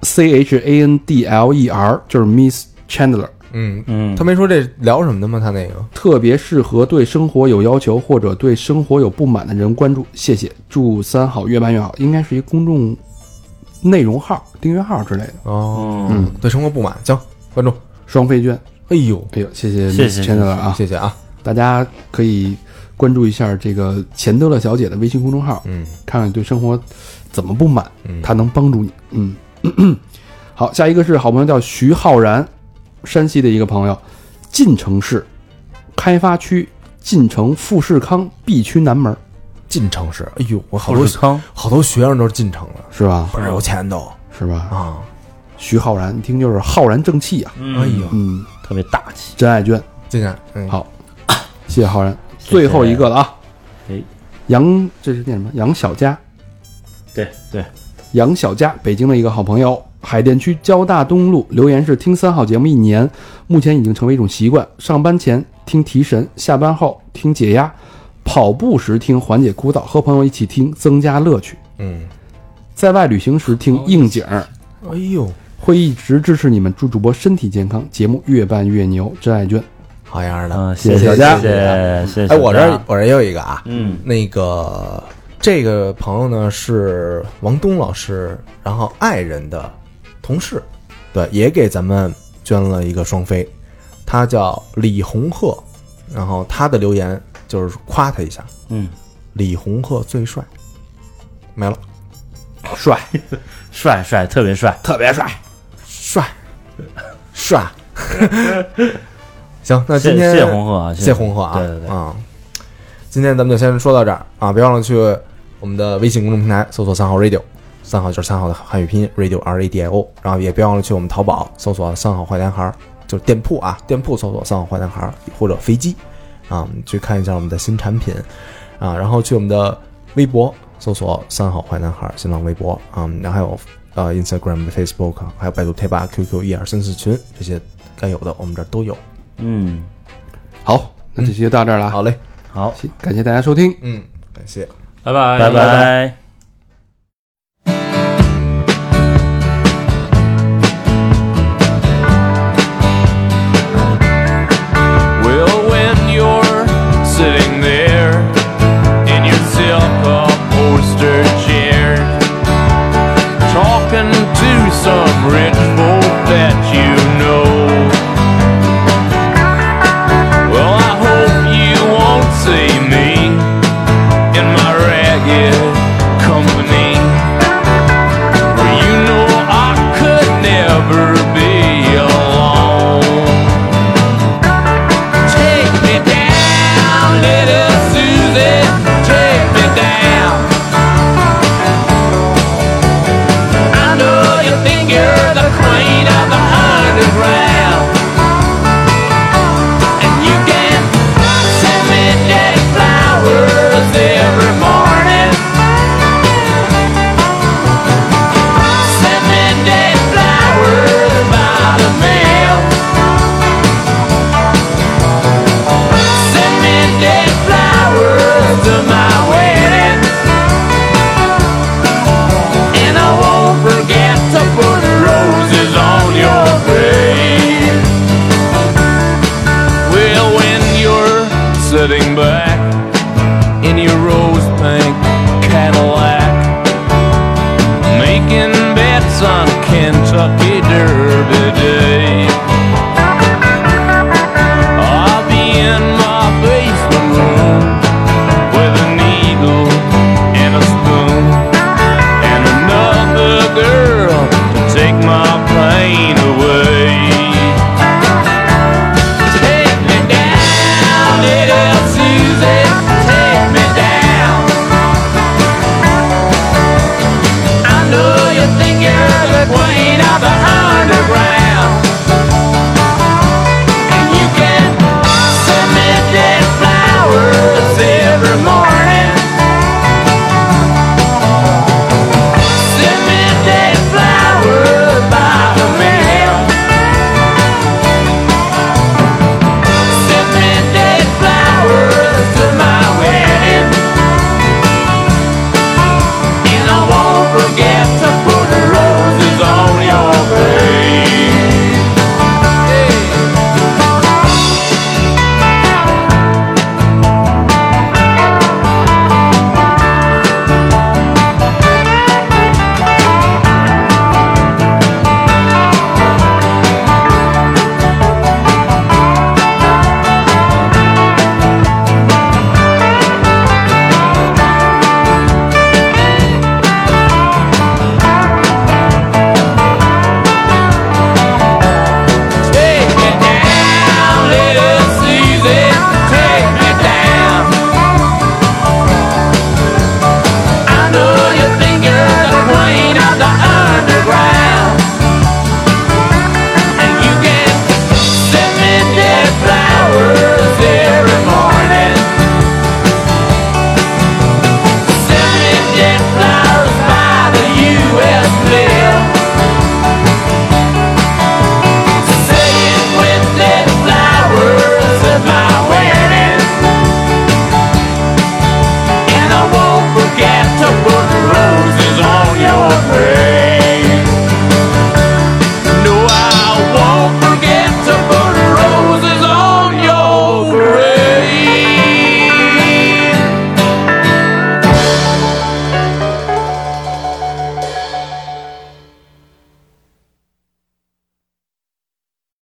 B: C H A N D L E R，就是 Miss Chandler。
C: 嗯，
D: 嗯
C: 他，没说这聊什么的吗？他那个
B: 特别适合对生活有要求或者对生活有不满的人关注。谢谢，祝三好越办越好。应该是一公众内容号、订阅号之类的。
C: 哦，对生活不满，行，关注。
B: 双飞娟，
C: 哎呦，
B: 哎呦，谢谢
D: 谢谢
B: Miss Chandler 啊！
C: 谢谢啊。
B: 大家可以关注一下这个钱德勒小姐的微信公众号，
C: 嗯
B: 看看你对生活怎么不满，
C: 嗯，
B: 她能帮助你。嗯， 好，下一个是好朋友叫徐浩然，山西的一个朋友，晋城市开发区晋城富士康 B 区南门。
C: 进城市。哎呦，我好
D: 富
C: 多
D: 士康，
C: 好多学生都是进城了，
B: 是吧？
C: 倍儿有钱都
B: 是吧？
C: 啊。
B: 徐浩然，一听就是浩然正气啊。
C: 哎呦，
B: 嗯，
D: 特别大气，
B: 真爱娟，
C: 进来，嗯
B: 好 谢谢浩然。
D: 谢
B: 最后一个了啊
D: 哎，
B: 杨，这是念什么？杨小佳，
D: 对对，
B: 杨小佳，北京的一个好朋友，海淀区交大东路，留言是听三好节目一年，目前已经成为一种习惯，上班前听提神，下班后听解压，跑步时听缓解枯燥，和朋友一起听增加乐趣，
C: 嗯，
B: 在外旅行时听应景儿。
C: 哎呦，
B: 会一直支持你们，祝主播身体健康，节目越办越牛，真爱娟。
C: 好样儿的。
D: 啊，
B: 谢谢
D: 谢
C: 大家
D: 谢谢谢，
C: 哎，我这
D: 大
C: 儿
D: 家
C: 我这儿也有一个啊，
D: 嗯，
C: 那个这个朋友呢是王东老师，然后爱人的同事，对，也给咱们捐了一个双飞，他叫李红鹤，然后他的留言就是夸他一下，
D: 嗯，
C: 李红鹤最帅，没了，
D: 帅帅帅，特别帅，
C: 特别帅，帅，帅， 行，那今
D: 谢
C: 天
D: 谢红鹤啊，
C: 谢红鹤啊，
D: 对对对，
C: 啊、今天咱们就先说到这儿啊，别忘了去我们的微信公众平台搜索“三号 radio”，三号就是三号的汉语拼音 radio r a d i o，然后也别忘了去我们淘宝搜索“三好坏男孩儿”，就是店铺啊，店铺搜索“三好坏男孩儿”或者飞机啊，去看一下我们的新产品啊，然后去我们的微博搜索“三好坏男孩儿”新浪微博啊，然后还有呃 Instagram、Facebook，啊还有百度贴吧、QQ 一二三四群这些该有的，我们这儿都有。
D: 嗯，
B: 好，那这期就到这儿了啊，
C: 好嘞，
D: 好，
B: 谢感谢大家收听。
C: 嗯，感谢。
E: 拜
C: 哎
E: 拜
D: 拜拜
F: Well, when you're sitting there in your silk upholstered chair, talking to some rich folk that you know. Well, I hope you won't see me in my ragged company. For you know I could never be alone. Take me down, little Susie. Take me down. I know you think you're the queen of the underground, and you can send me dead flowers every morning. Send me dead flowers by the mail. Send me dead flowers to my wedding. And I won't forget to put roses on your grave. Well, when you're sitting back in your rose pink Cadillac, making bets on Kentucky Derby.